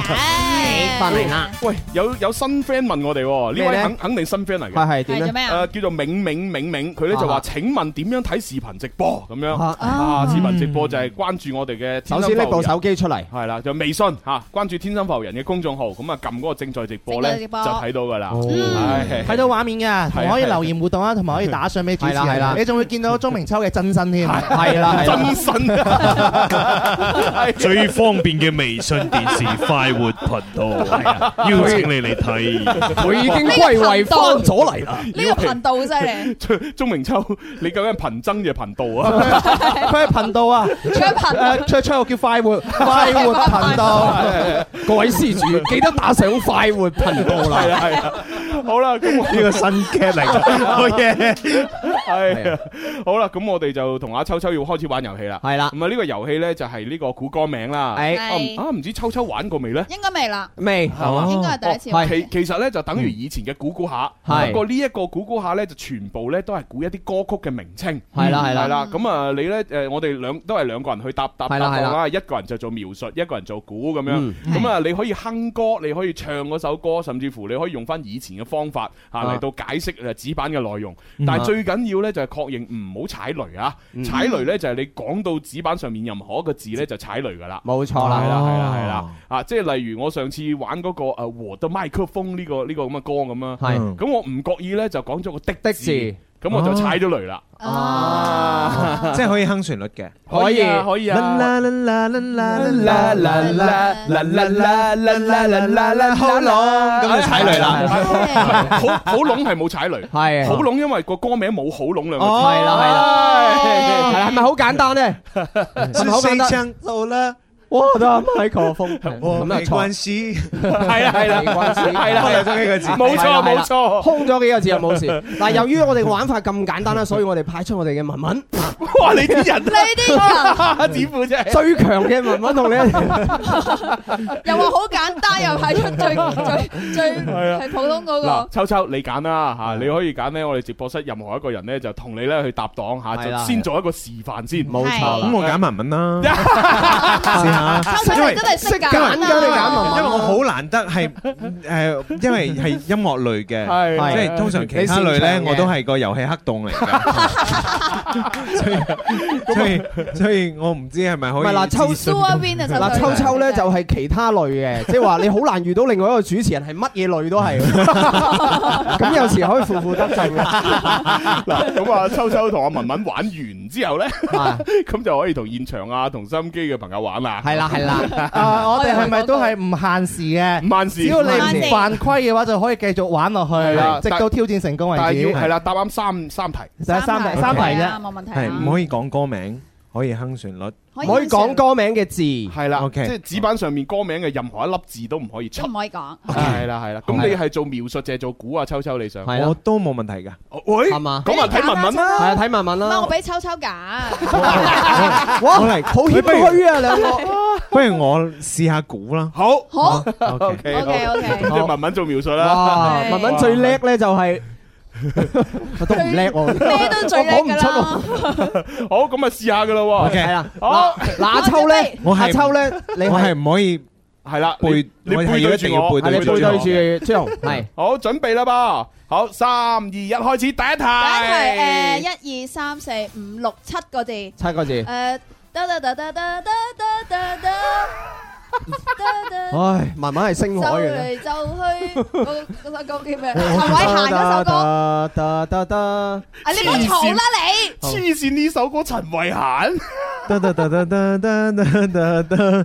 嚟啦！喂，有有新 friend 問我哋喎，呢咩位呢肯肯定新 friend 嚟嘅。係係點呢係做咩啊呃誒叫做明明明明，佢咧就啊話：請問點樣睇視頻直播咁樣啊啊？視頻直播就係關注我哋嘅。首先拎部手。機出嚟，系啦，就微信吓，關注天生浮人嘅公眾號，咁啊撳嗰個正在直播正咧，在直就播睇到噶啦。哦係睇到畫面㗎，同埋可以係啊留言互動啊，同埋可以打上俾主持係啦係啦人，你仲會見到鐘明秋嘅真身添，係真身啊 (laughs) 最方便嘅微信電視快活頻道，邀請你嚟睇。 (laughs) 佢已經歸位翻咗嚟啦。呢個頻道好犀 (laughs) 利，鐘鐘明秋，你究竟係貧僧嘅頻道 (laughs) 啊？佢係頻道啊，佢頻道誒出出個叫快活快活頻道。各位施主，記得打上快活頻道啦。係啦係啦，好啦，咁啊我呢個新 get (laughs) 嚟㗎好嘢系啊，好啦，咁我哋就同阿秋秋要開始玩遊戲啦，係啦，咁啊呢個遊戲咧就係呢個估歌名啦，係啊唔啊唔知秋秋玩過未咧？應該未啦。未哦應該係第一次玩嘅其其實咧就等於以前嘅估估下，嗯係不過呢一個估估下咧就全部咧都係估一啲歌曲嘅名稱。係啦係啦係啦。咁啊你咧誒我哋兩都係兩個人去搭搭答係啦案係啦啦，一個人就做描述，一個人做估咁樣嗯。咁啊你可以哼歌，你可以唱嗰首歌，甚至乎你可以用翻以前嘅方法嚇啊嚟到解釋誒紙板嘅內容。嗯但係啊最緊要咧就係確認唔好踩雷啊！嗯踩雷咧就係你講到紙板上面任何一個字咧就踩雷㗎啦。冇錯啦係啦係啦係啦。啊，即係例如我上次玩嗰個誒和的麥克風呢個呢個咁嘅歌咁啊，係咁我唔覺意咧就講咗個的的字的字，咁我就踩咗雷啦。即係可以哼旋律嘅，可以啊可以啊啦啦啦啦啦啦啦啦啦啦啦啦啦啦啦好浪，咁就踩 (laughs) 雷啦。好好籠係冇踩雷，係好籠，因為個歌名冇好籠兩個字。哦，係啦係啦，係啦，係咪好簡單咧？係咪好簡單？到啦。我的麥克風，咁啊沒錯關。係啦係啦沒關係係啦空係咗啦幾個字冇錯係啦係啦冇錯空咗幾個字又冇事。嗱，由於我哋玩法咁簡單啦，所以我哋派出我哋 (laughs) 嘅文文，哇！你啲人，啊你啲人，似乎真係最強嘅文文同你一齊。又話好簡單，又係出最最最係普通嗰嗱， (laughs) 個。秋秋你揀啦嚇，你可以揀咧，我哋直播室任何一個人咧就同你咧去搭檔嚇，係啦就先做一個示範先。冇錯啦咁我揀文文 (laughs) 啦。秋秋你真係識揀因為啊！因為我好難得 (laughs) 係誒，因為係音樂類嘅，係啊即係通常其他類你擅咧，長嘅我都係個遊戲黑洞嚟嘅，所以所以所以我唔知係咪可唔以係嗱，秋自信蘇啊 Win 啊，嗱，秋秋咧就係其他類嘅，即係話你好難遇到另外一個主持人係乜嘢 (laughs) 類都係。咁有時可以負負得正嗱，咁啊，秋秋同阿文文玩完之後咧，啊 (laughs) 咁就可以同現場啊，同收音機嘅朋友玩啦。係啦係啦。啊！我哋係咪都係唔限時嘅？唔限時只要你唔限唔時犯規嘅話，就可以繼續玩落啦去，直到挑戰成功為但係止。要係啦，答啱三三題。就係三題，三題啫。冇問題係唔可以講歌名，可以哼旋律，可以哼唔可以講歌名嘅字，係啦 OK，即係紙板上面歌名嘅任何一粒字都唔可以出都。唔可以講。係啦係啦，好咁你係做描述定係做估啊？秋秋你想？係啦我都冇問題㗎。喂，係嘛？咁啊睇文文係啊，啦。睇文文唔係我啦。俾秋秋揀。哇，我嚟好謙虛啊兩個。不如我試下估啦。好，好 OK OK，OK 咁就文文做描述哇啦。！文文最叻 (laughs) 咧就係我都唔叻喎，咩都最叻㗎啦。好，咁啊試下噶啦喎。 OK 係啦。好，嗱，阿秋咧，我係阿秋咧，你我係係唔可以係啦，你背，你我背係要對一住定要我背係你對背住我。對住朱紅，係好，準備啦噃。好，三二一，開始第一題。ờ, à, 第一題誒，一二三四五六七個字。誒，七個字。得得得得得得得得得得得。唉，文文係就星海嘅咧。嚟就去，嗰嗰首歌叫咩？陳偉霆嗰首歌。得得得啊，你唔好嘈啦你。黐線呢首歌陳慧嫻，得得得得得得得得得，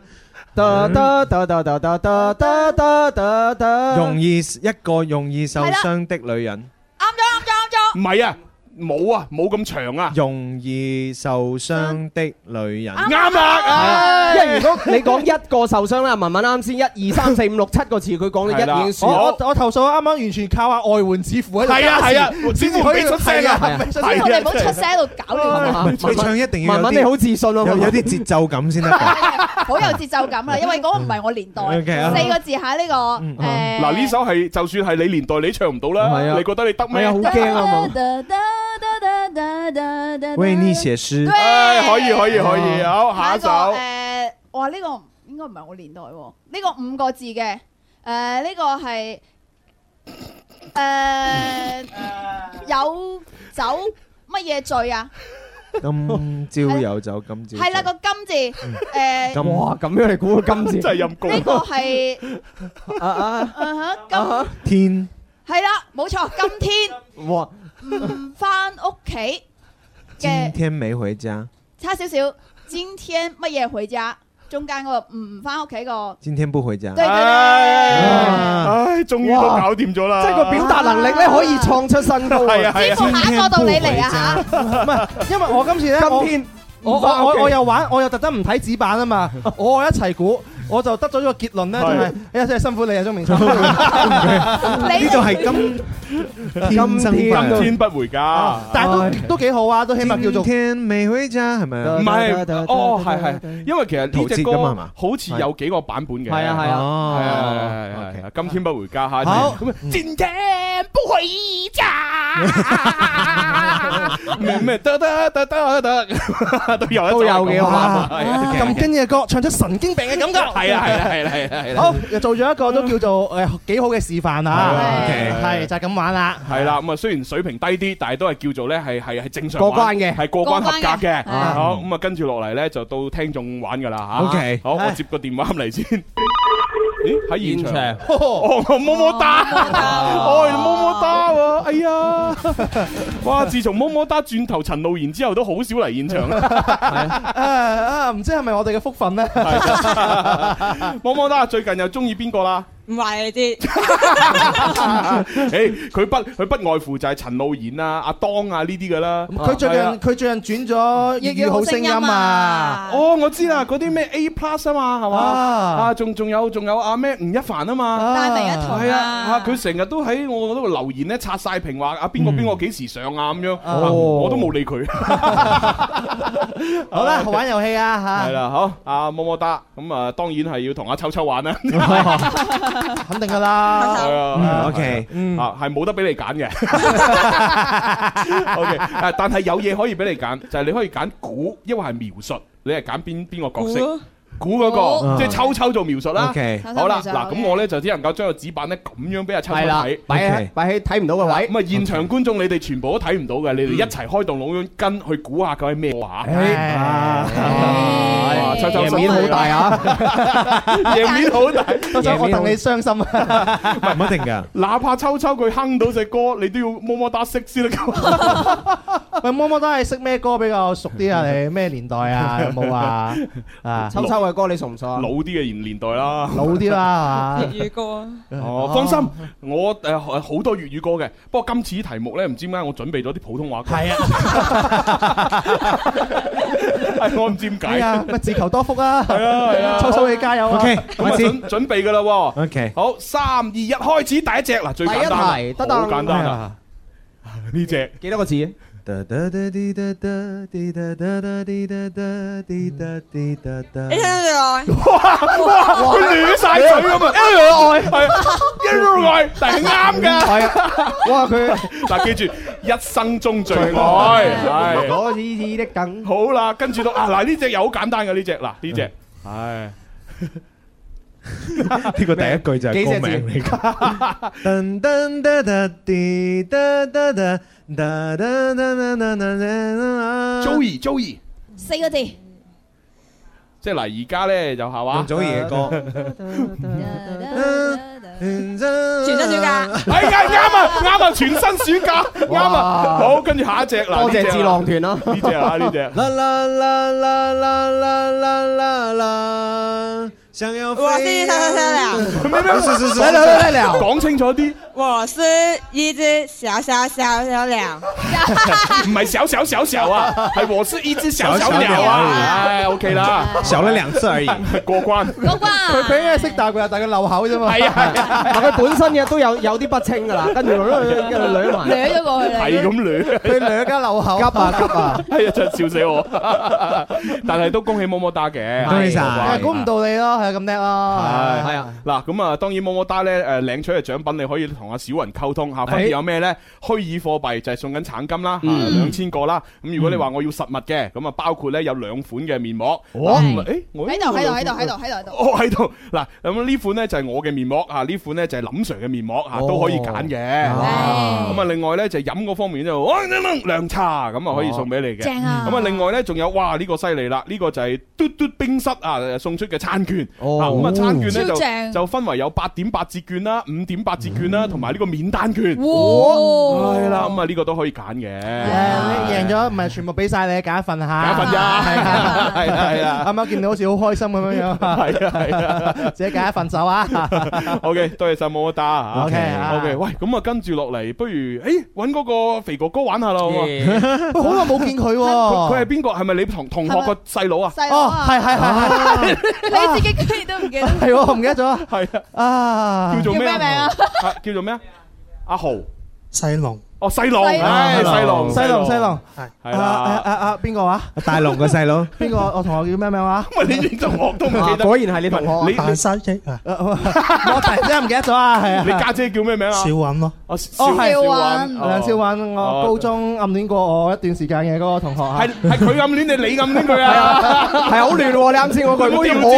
得得得得得得得得得得得。容易一個容易受傷的女人，啱咗啱咗啱咗唔係啊，冇啊，à. 冇咁長啊。容易受傷的女人。啱啦，因為係如果你講一個受傷啦，文文啱先一二三四五六七個字，佢講咗係啦一已經輸。我我我投訴啱啱完全靠下外援指符喺度係加啊持，係啊先至可以係啊係啊我哋唔好出聲喺度搞亂佢，你唱一定要有啲文文你好自信啊有有啲節奏感先得㗎。好有節奏感啦。因為嗰個唔係我年代， OK 啊四個字喺呢個 Dạ. 誒。嗱呢首係就算係你年代你唱唔到 à. 啦，你覺得你得咩？得得得得得得得為你寫詩，唉可以可以可以，Dạ. 好下下一一個首。à. 誒，哇！呢個應該唔係我年代喎，呢個五個字嘅誒，呢個係誒有酒乜嘢罪啊？今朝有酒今朝醉係啦，個 (laughs) 金字誒，哇，咁樣你估個金字真係陰呢個係啊啊嗯哼金天係啦，冇錯，今天哇，唔翻屋企嘅今。天沒回家，差少少，今天乜嘢回家？中間嗰個唔翻屋企個，今天不回家。對對對唉，終於都搞掂咗啦！即係個表達能力咧可以創出新高。 (laughs) 係啊係啊師傅下一個到你嚟啊嚇唔係，因為我今次咧，今我天我唔我返屋企我我又玩，我又特登唔睇紙板啊嘛，我一齊估。我就得咗一個結論咧，就係係哎呀真係辛苦你啊，鐘明秋。呢度係今天生快樂今天不回家，但係都都幾好啊，都起碼叫做今天沒回家係咪啊？唔係，哦，係係，因為其實呢陶喆只歌㗎嘛係嘛好似有幾個版本嘅，係啊係啊哦係啊係啊係啊，今天不回家嚇，好咁啊今天不回 (laughs) 家。咩咩得得得得 (laughs) 得，都有都有嘅嘛哇，，咁經嘅歌唱出神經病嘅感覺。 (laughs) 係啊係啊係啦係啦係啦，好，又做咗一個都叫做誒幾好嘅示範啊，係係就係咁玩啦。 (laughs) 係啦，咁啊雖然水平低啲，但係都係叫做咧係係係正常過玩關嘅係過關合過關格嘅。嘅係好咁啊，跟住落嚟咧就到聽眾玩噶啦吓。 OK 好，啊我係接個電話嚟先。 (laughs) 咦，喺現場現場哦，我麼么哒，哦，麼么哒喎，哎呀， (laughs) 哇！自從麼么哒轉頭陳露賢之後，都好少嚟現場 (laughs) 啦。啊啊，唔知係咪我哋嘅福分咧？麼么哒最近又中意邊個啦？唔係你 (laughs) 知，誒，佢不佢不外乎就係陳露賢啊、阿當啊呢啲噶啦。佢最近係啊佢最近轉咗《粵語好聲音》à. 啊！哦，我知啦，嗰啲咩 A Plus 啊嘛，係嘛？啊啊，仲仲有仲有啊咩吳一凡啊嘛，戴明一堂啊係啊，啊佢成日都喺我嗰度留言咧，刷晒屏話啊邊個邊個幾時上啊咁樣，啊哦我都冇理佢。好啦，玩遊戲啊嚇！係啦， (laughs) 好，阿么么哒，咁啊，當然係要同阿秋秋玩啦， (laughs) 肯定噶啦。係啊嗯，OK 係啊啊，係冇得俾你揀嘅。OK，啊但係有嘢可以俾你揀，就係你可以揀估，抑或係描述，你係揀邊邊個角估色咯？估嗰個，估即係秋秋做描述啦 OK。好啦，秋秋描嗱，述咁我咧就只能夠將個紙板咧咁樣俾阿秋秋係啦睇，擺喺 OK 擺喺睇唔到嘅位。咁啊，現場觀眾你哋全部都睇唔到嘅，你哋一齊開動腦筋去估下究竟咩話。哇秋秋贏面好大啊！ (laughs) 贏面好大，秋秋我戥你傷心啊！唔一定㗎。哪怕秋秋佢哼到只歌，你都要么么哒識先得㗎。喂，麼麼哒係識咩歌比較熟 (laughs) 啲啊？你咩年代啊？有冇啊？啊，秋秋嘅歌你熟唔熟啊老啲嘅年年代啦，老啲啦係嘛粵語歌哦，放心，我誒好多粵語歌嘅，不過今次啲題目咧，唔知點解我準備咗啲普通話歌。係啊， (laughs) 我唔知點哎解。呀，咪自求多福啊！係啊 (laughs) 係啊秋秋你加油啊！咁啊準準備㗎啦喎。 OK，好，三二一，開始第一隻嗱，最簡單啦，第一題得好當簡單啊！呢只幾多個字？得得得滴得得滴得得得滴得得滴得滴得得你聽得愛，哇！佢亂晒水咁啊！一路愛係啊一路愛，但係啱㗎。係啊！哇，佢嗱，記住，一生中最愛，係。我依依的等。好啦，跟住到啊嗱，呢只又好簡單嘅呢只嗱呢只，唉，呢個第一句就係歌名嚟㗎。噔噔得得滴得得得得得得得得得。 Joey Joey，四個字，即係嗱而家咧就係話容祖兒嘅歌 Ờ, 全真暑假，哎呀啱啊啱啊全新暑假啱啊哇好，跟住下一隻嗱多呢謝隻啦啊智囊團啦呢啊只啊呢只。啦啦啦啦啦啦啦啦，想要我是一飞三三三两有是是是，来来来来聊講清楚啲，我是一只小小小小鸟， (laughs) 唔係小小小 (laughs) 小啊，係我是一隻小小鳥啊，唉，OK 啦， (laughs) 小了兩次而已，過 (laughs) 關。à. 佢俾你識大佢，但佢漏口啫嘛。係啊係佢本身嘅都有有啲不清㗎啦，跟住跟住掠埋，掠咗過去啦係咁捋，佢兩間漏口，急 (laughs) 啊急啊！ (laughs) 係啊，真係笑死我！ (laughs) 但係都恭喜麼麼哒嘅，恭喜係啊晒，估唔到你咯，係咁叻咯，係啊，嗱咁啊，當然麼麼哒咧，誒領取嘅獎品你可以同阿小雲溝通嚇，分別有咩咧？虛擬貨幣就係送緊橙金啦，啊嗯兩千個啦。咁如果你話我要實物嘅，咁啊包括咧有兩款嘅面膜。哦咁啊誒我喺度喺度喺度喺度喺度喺度。哦喺度嗱，咁呢款咧就係我嘅面膜啊，呢款咧就係林 Sir 嘅面膜啊，哦都可以揀嘅。咁啊，另外咧就飲嗰方面就哦涼茶咁啊，可以送俾你嘅。正 à. 啊咁啊，另外咧仲有哇呢個犀利啦，呢個就係嘟嘟冰室啊送出嘅餐券。哦啊咁啊，餐券超咧就正就分為有八點八折券啦、五點八折券嗯啦，同埋呢個免單券。哇係啦，咁啊呢個都可以揀嘅。誒，你贏咗唔係全部俾晒你，揀一份嚇，揀一份咋係啊係啊 (laughs) 啱啱見到好似好開心咁 (laughs) 樣樣，係啊係啊，自己揀一份手啊， OK，多謝晒冇得打啊。 OK 啊 OK，喂，咁啊跟住落嚟，不如誒揾嗰個肥哥哥玩下咯，好嘛？喂好耐冇見佢喎佢佢係邊個？係咪你同同學個細佬啊？細 Ờ, 佬啊哦係係係 (laughs) 你自己居然都唔記得。係喎，唔記得咗，係啊，叫做咩叫咩名啊？啊叫做咩啊？阿豪。細龍，哦，細龍，細龍唉細龍，細龍細龍係係啊啊啦。啊啊邊個話？大龍嘅細佬，邊個？我同學叫咩名話？喂，你連同學都唔記得，果然係你同學大山益啊，Ờ, (laughs) 我突然之間唔記得咗啊，係啊。你家姐叫咩名啊？小允咯，哦，哦，係小哦梁少韻，韻，我高中暗戀過我一段時間嘅嗰個同學啊。係係佢暗戀定你暗戀佢啊？係好亂喎！你啱先嗰句，好似我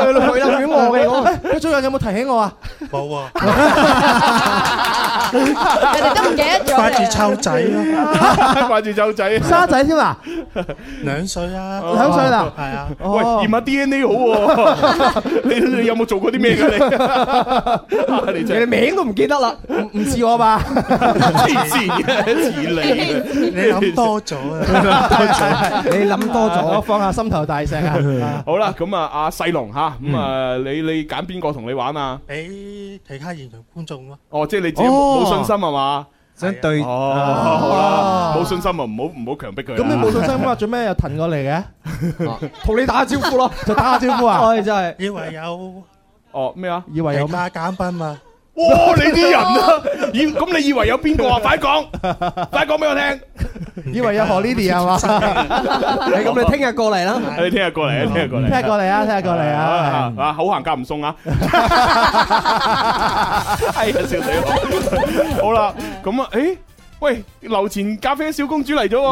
啱 佢佢佢暗戀我嘅我。佢最近有冇提起我啊？冇啊，人哋都唔記得咗。掛住湊仔咯， (laughs) 掛住湊仔，生仔添啊！兩歲啊，兩歲啦係啊，喂，驗下 DNA 好喎，你你有冇做過啲咩㗎你？你真係你名都唔記得啦，唔唔似我吧？黐線嘅，似你。你諗多咗啊！你諗多咗我放下心頭大石啊！好啦，咁啊，阿細龍吓，咁啊，你你揀邊個同你玩啊？俾其他現場觀眾咯，哦，即係你自己冇冇信心係嘛？想對哦，好啦，冇信心啊，唔好唔好強迫佢啊。咁你冇信心啊？做咩又騰過嚟嘅？同你打招呼咯，就打下招呼啊！唉，真係以為有哦咩啊？以為其他減賓嘛，哇！你啲人啊，以咁你以為有邊 (laughs) 個啊？快講，快講俾我聽。以為有何 Lily 係嘛？ (laughs) 你咁你聽日過嚟啦，你聽日過嚟啊，聽日過嚟，聽日過嚟啊聽日過嚟啊啊，好行夾唔 (laughs) 送啊！哎呀，笑死我！好啦，咁啊，誒，喂，樓前咖啡小公主嚟咗喎，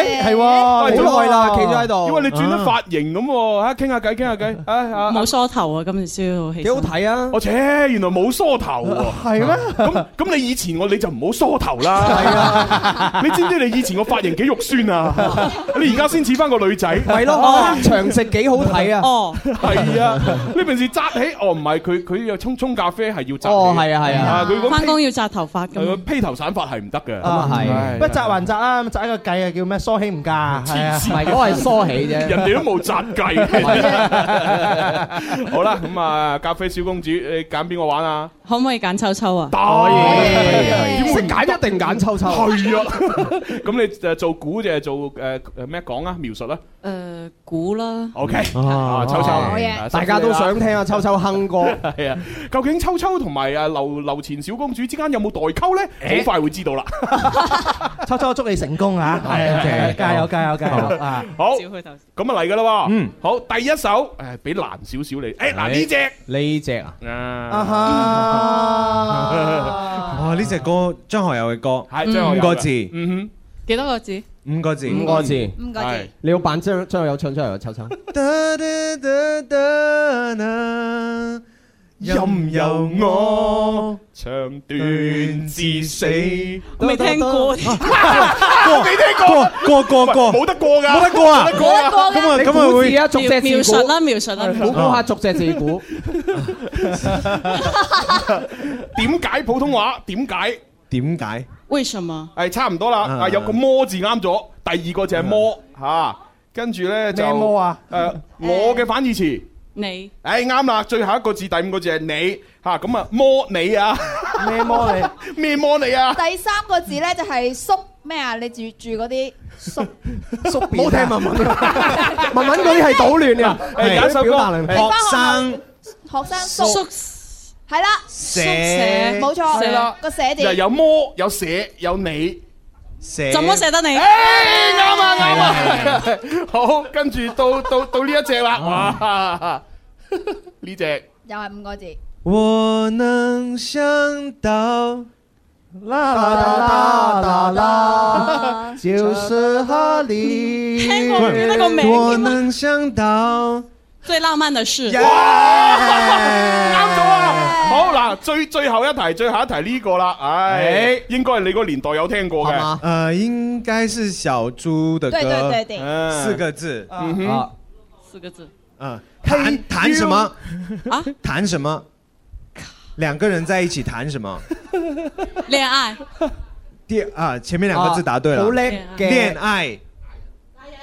咦誒係喎喂好耐啦企咗喺度因為你轉咗髮型咁喎，嚇傾下偈，傾下偈，啊冇梳頭啊！今日朝早起身幾好睇啊！我切，原來冇梳頭喎，係咩？咁咁你以前我你就唔好梳頭啦，係啊！你知唔知你以前個髮型幾肉酸啊？你而家先似翻個女仔，係咯，長直幾好睇啊！哦，係啊！你平時扎起，哦唔係佢佢又沖沖咖啡係要扎起，哦係啊係啊佢嗰翻工要紮頭髮係個咁。披頭散髮係唔得嘅，啊唉係，不扎還扎啊，咁扎一個計啊，叫咩？梳起唔嫁啊，係啊，線人人哋都冇扎計。好啦，咁啊，咖啡小公主，你揀邊個玩啊？可唔可以揀秋秋啊？可以，點會揀一定揀秋秋。係啊，咁你誒做估定係做誒誒咩講啊？描述啦。誒，估啦。 OK，啊，秋秋好，嘢啊大家都想聽啊秋秋哼歌。係啊，究竟秋秋同埋啊劉劉前小公主之間有冇代溝咧？誒好快會知道啦。秋秋祝你成功啊！係啊 OK 加油加油加油好啊！好，咁啊嚟噶啦喎。嗯，好，第一首誒，俾難少少你。誒，嗱呢只呢只啊，啊哈！哇！哦呢隻歌張學友嘅歌，係張學友嘅五個字，嗯幾多個字？五個字，五個字，五個字係你要扮張張學友唱出嚟啊，秋秋。任由我長斷至死，我未聽過。我未聽過，過過過，冇得過㗎，冇得過啊冇得過啊，冇得過嘅咁啊咁啊會啊，逐隻字描述啦描述啦估估下逐隻字估。點解普通話？點解？點解？為什麼？係差唔多啦，啊有個魔字啱咗，第二個就係魔嚇，跟住咧就呃咩魔啊？誒，我嘅反義詞，你诶，啱啦，最後一個字第五個字係你吓，咁啊摸你 (laughs) 啊，咩摸你？咩摸你啊？第三個字咧就係縮咩啊？你住住嗰啲縮縮冇聽文文，文文嗰啲係搗亂啊！誒有一首歌表達能學力學生縮係啦，社冇錯，係啦個社字又有摸有寫有你寫 (laughs) 怎麼捨得你？啱啊啱啊！好，跟住到到到呢一隻啦，哇！ (laughs) 呢隻又係五個字。我能想到。啦啦啦啦啦啦，就是和你。聽過佢呢個名我能想到最浪漫的事。啱咗啊！好嗱，最最後一題，最後一題呢個啦，唉誒，應該係你個年代有聽過嘅。呃，应该是小猪的歌，对对对 (laughs) 对嗯四个字，嗯哼啊四个字。嗯，谈谈什么啊？谈什么？两个人在一起谈什么？恋爱，第啊，前面两个字答对了，啊好叻嘅恋爱，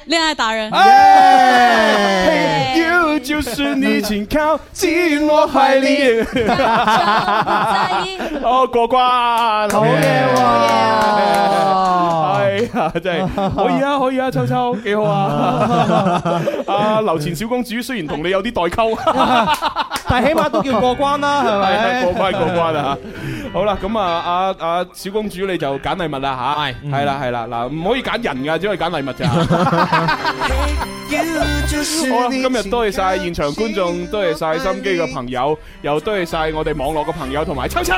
恋爱达人。朋友就是你，请靠近我怀里。哦，過關，好嘢喎！係啊，真 (laughs) 係可以啊，可以啊，秋秋幾好 (laughs) 啊！啊，樓前小公主雖然同你有啲代溝，但係起碼都叫過關啦 (laughs) 係咪過關過關啊！好啦，咁啊，阿阿小公主你就揀禮物啦吓，係係啦係啦，嗱唔可以揀人㗎，只可以揀 (laughs) 禮物咋。好啦，今日多謝晒現場觀眾，多謝晒心機嘅朋友，又多謝晒我哋網絡嘅朋友同埋秋秋。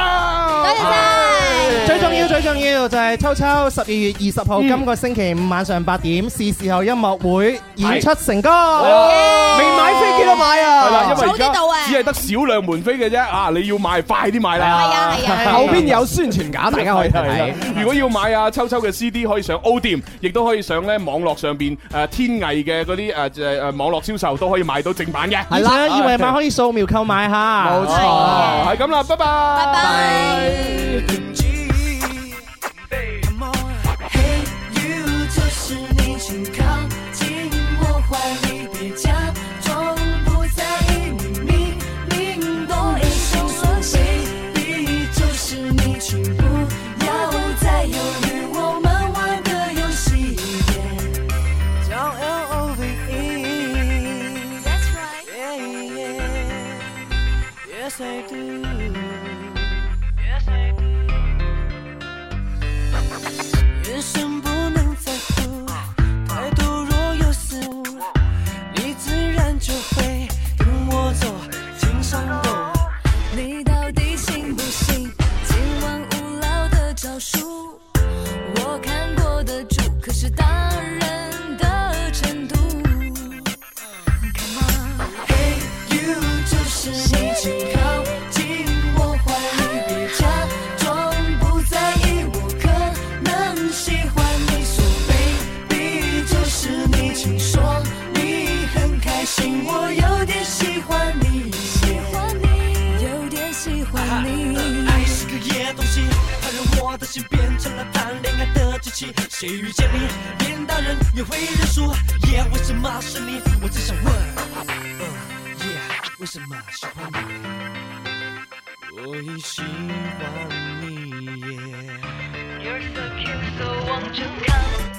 最重要最重要就係秋秋十二月二十號嗯今個星期五晚上八點是時候音樂會演出成功，哦未買飛記得買係啦，啊！因為而家只係得少量門飛嘅啫，啊，你要買快啲買啦！係啊係啊後邊有宣傳架大家可以睇係啊係啊如果要買啊秋秋嘅 CD，可以上 O 店，亦都可以上咧網絡上邊誒天藝嘅嗰啲呃誒誒誒網絡銷售都可以買到正版嘅。係啦，二維碼可以掃描購買嚇。冇錯，哦係咁啦，拜拜。拜拜。 Hey you，就是你，请靠近我怀里，别假装不在意，明明懂一声说 baby，就是你，请不要再犹豫，我们玩的游戏叫 L O V E。That's right。 Yes I do. Yes I do。人生不能再哭，态度若有似无，你自然就会跟我走，情上动。你到底信不信今晚无聊的招数？我看过的住，可是大人的程度。Come on, hey you，就是你，请靠近我怀里，别假装不在意，我可能喜欢你。So baby，就是你，请说你很开心，我有点喜欢你，喜欢你，有点喜欢你。爱是个野东西，它让我的心变成了谈恋爱的机器。谁遇见你，连大人也会认输。耶，为什么是你？我只想问，嗯，耶，为什么喜欢你？我也喜欢你耶。 You're so cute, so 望着看。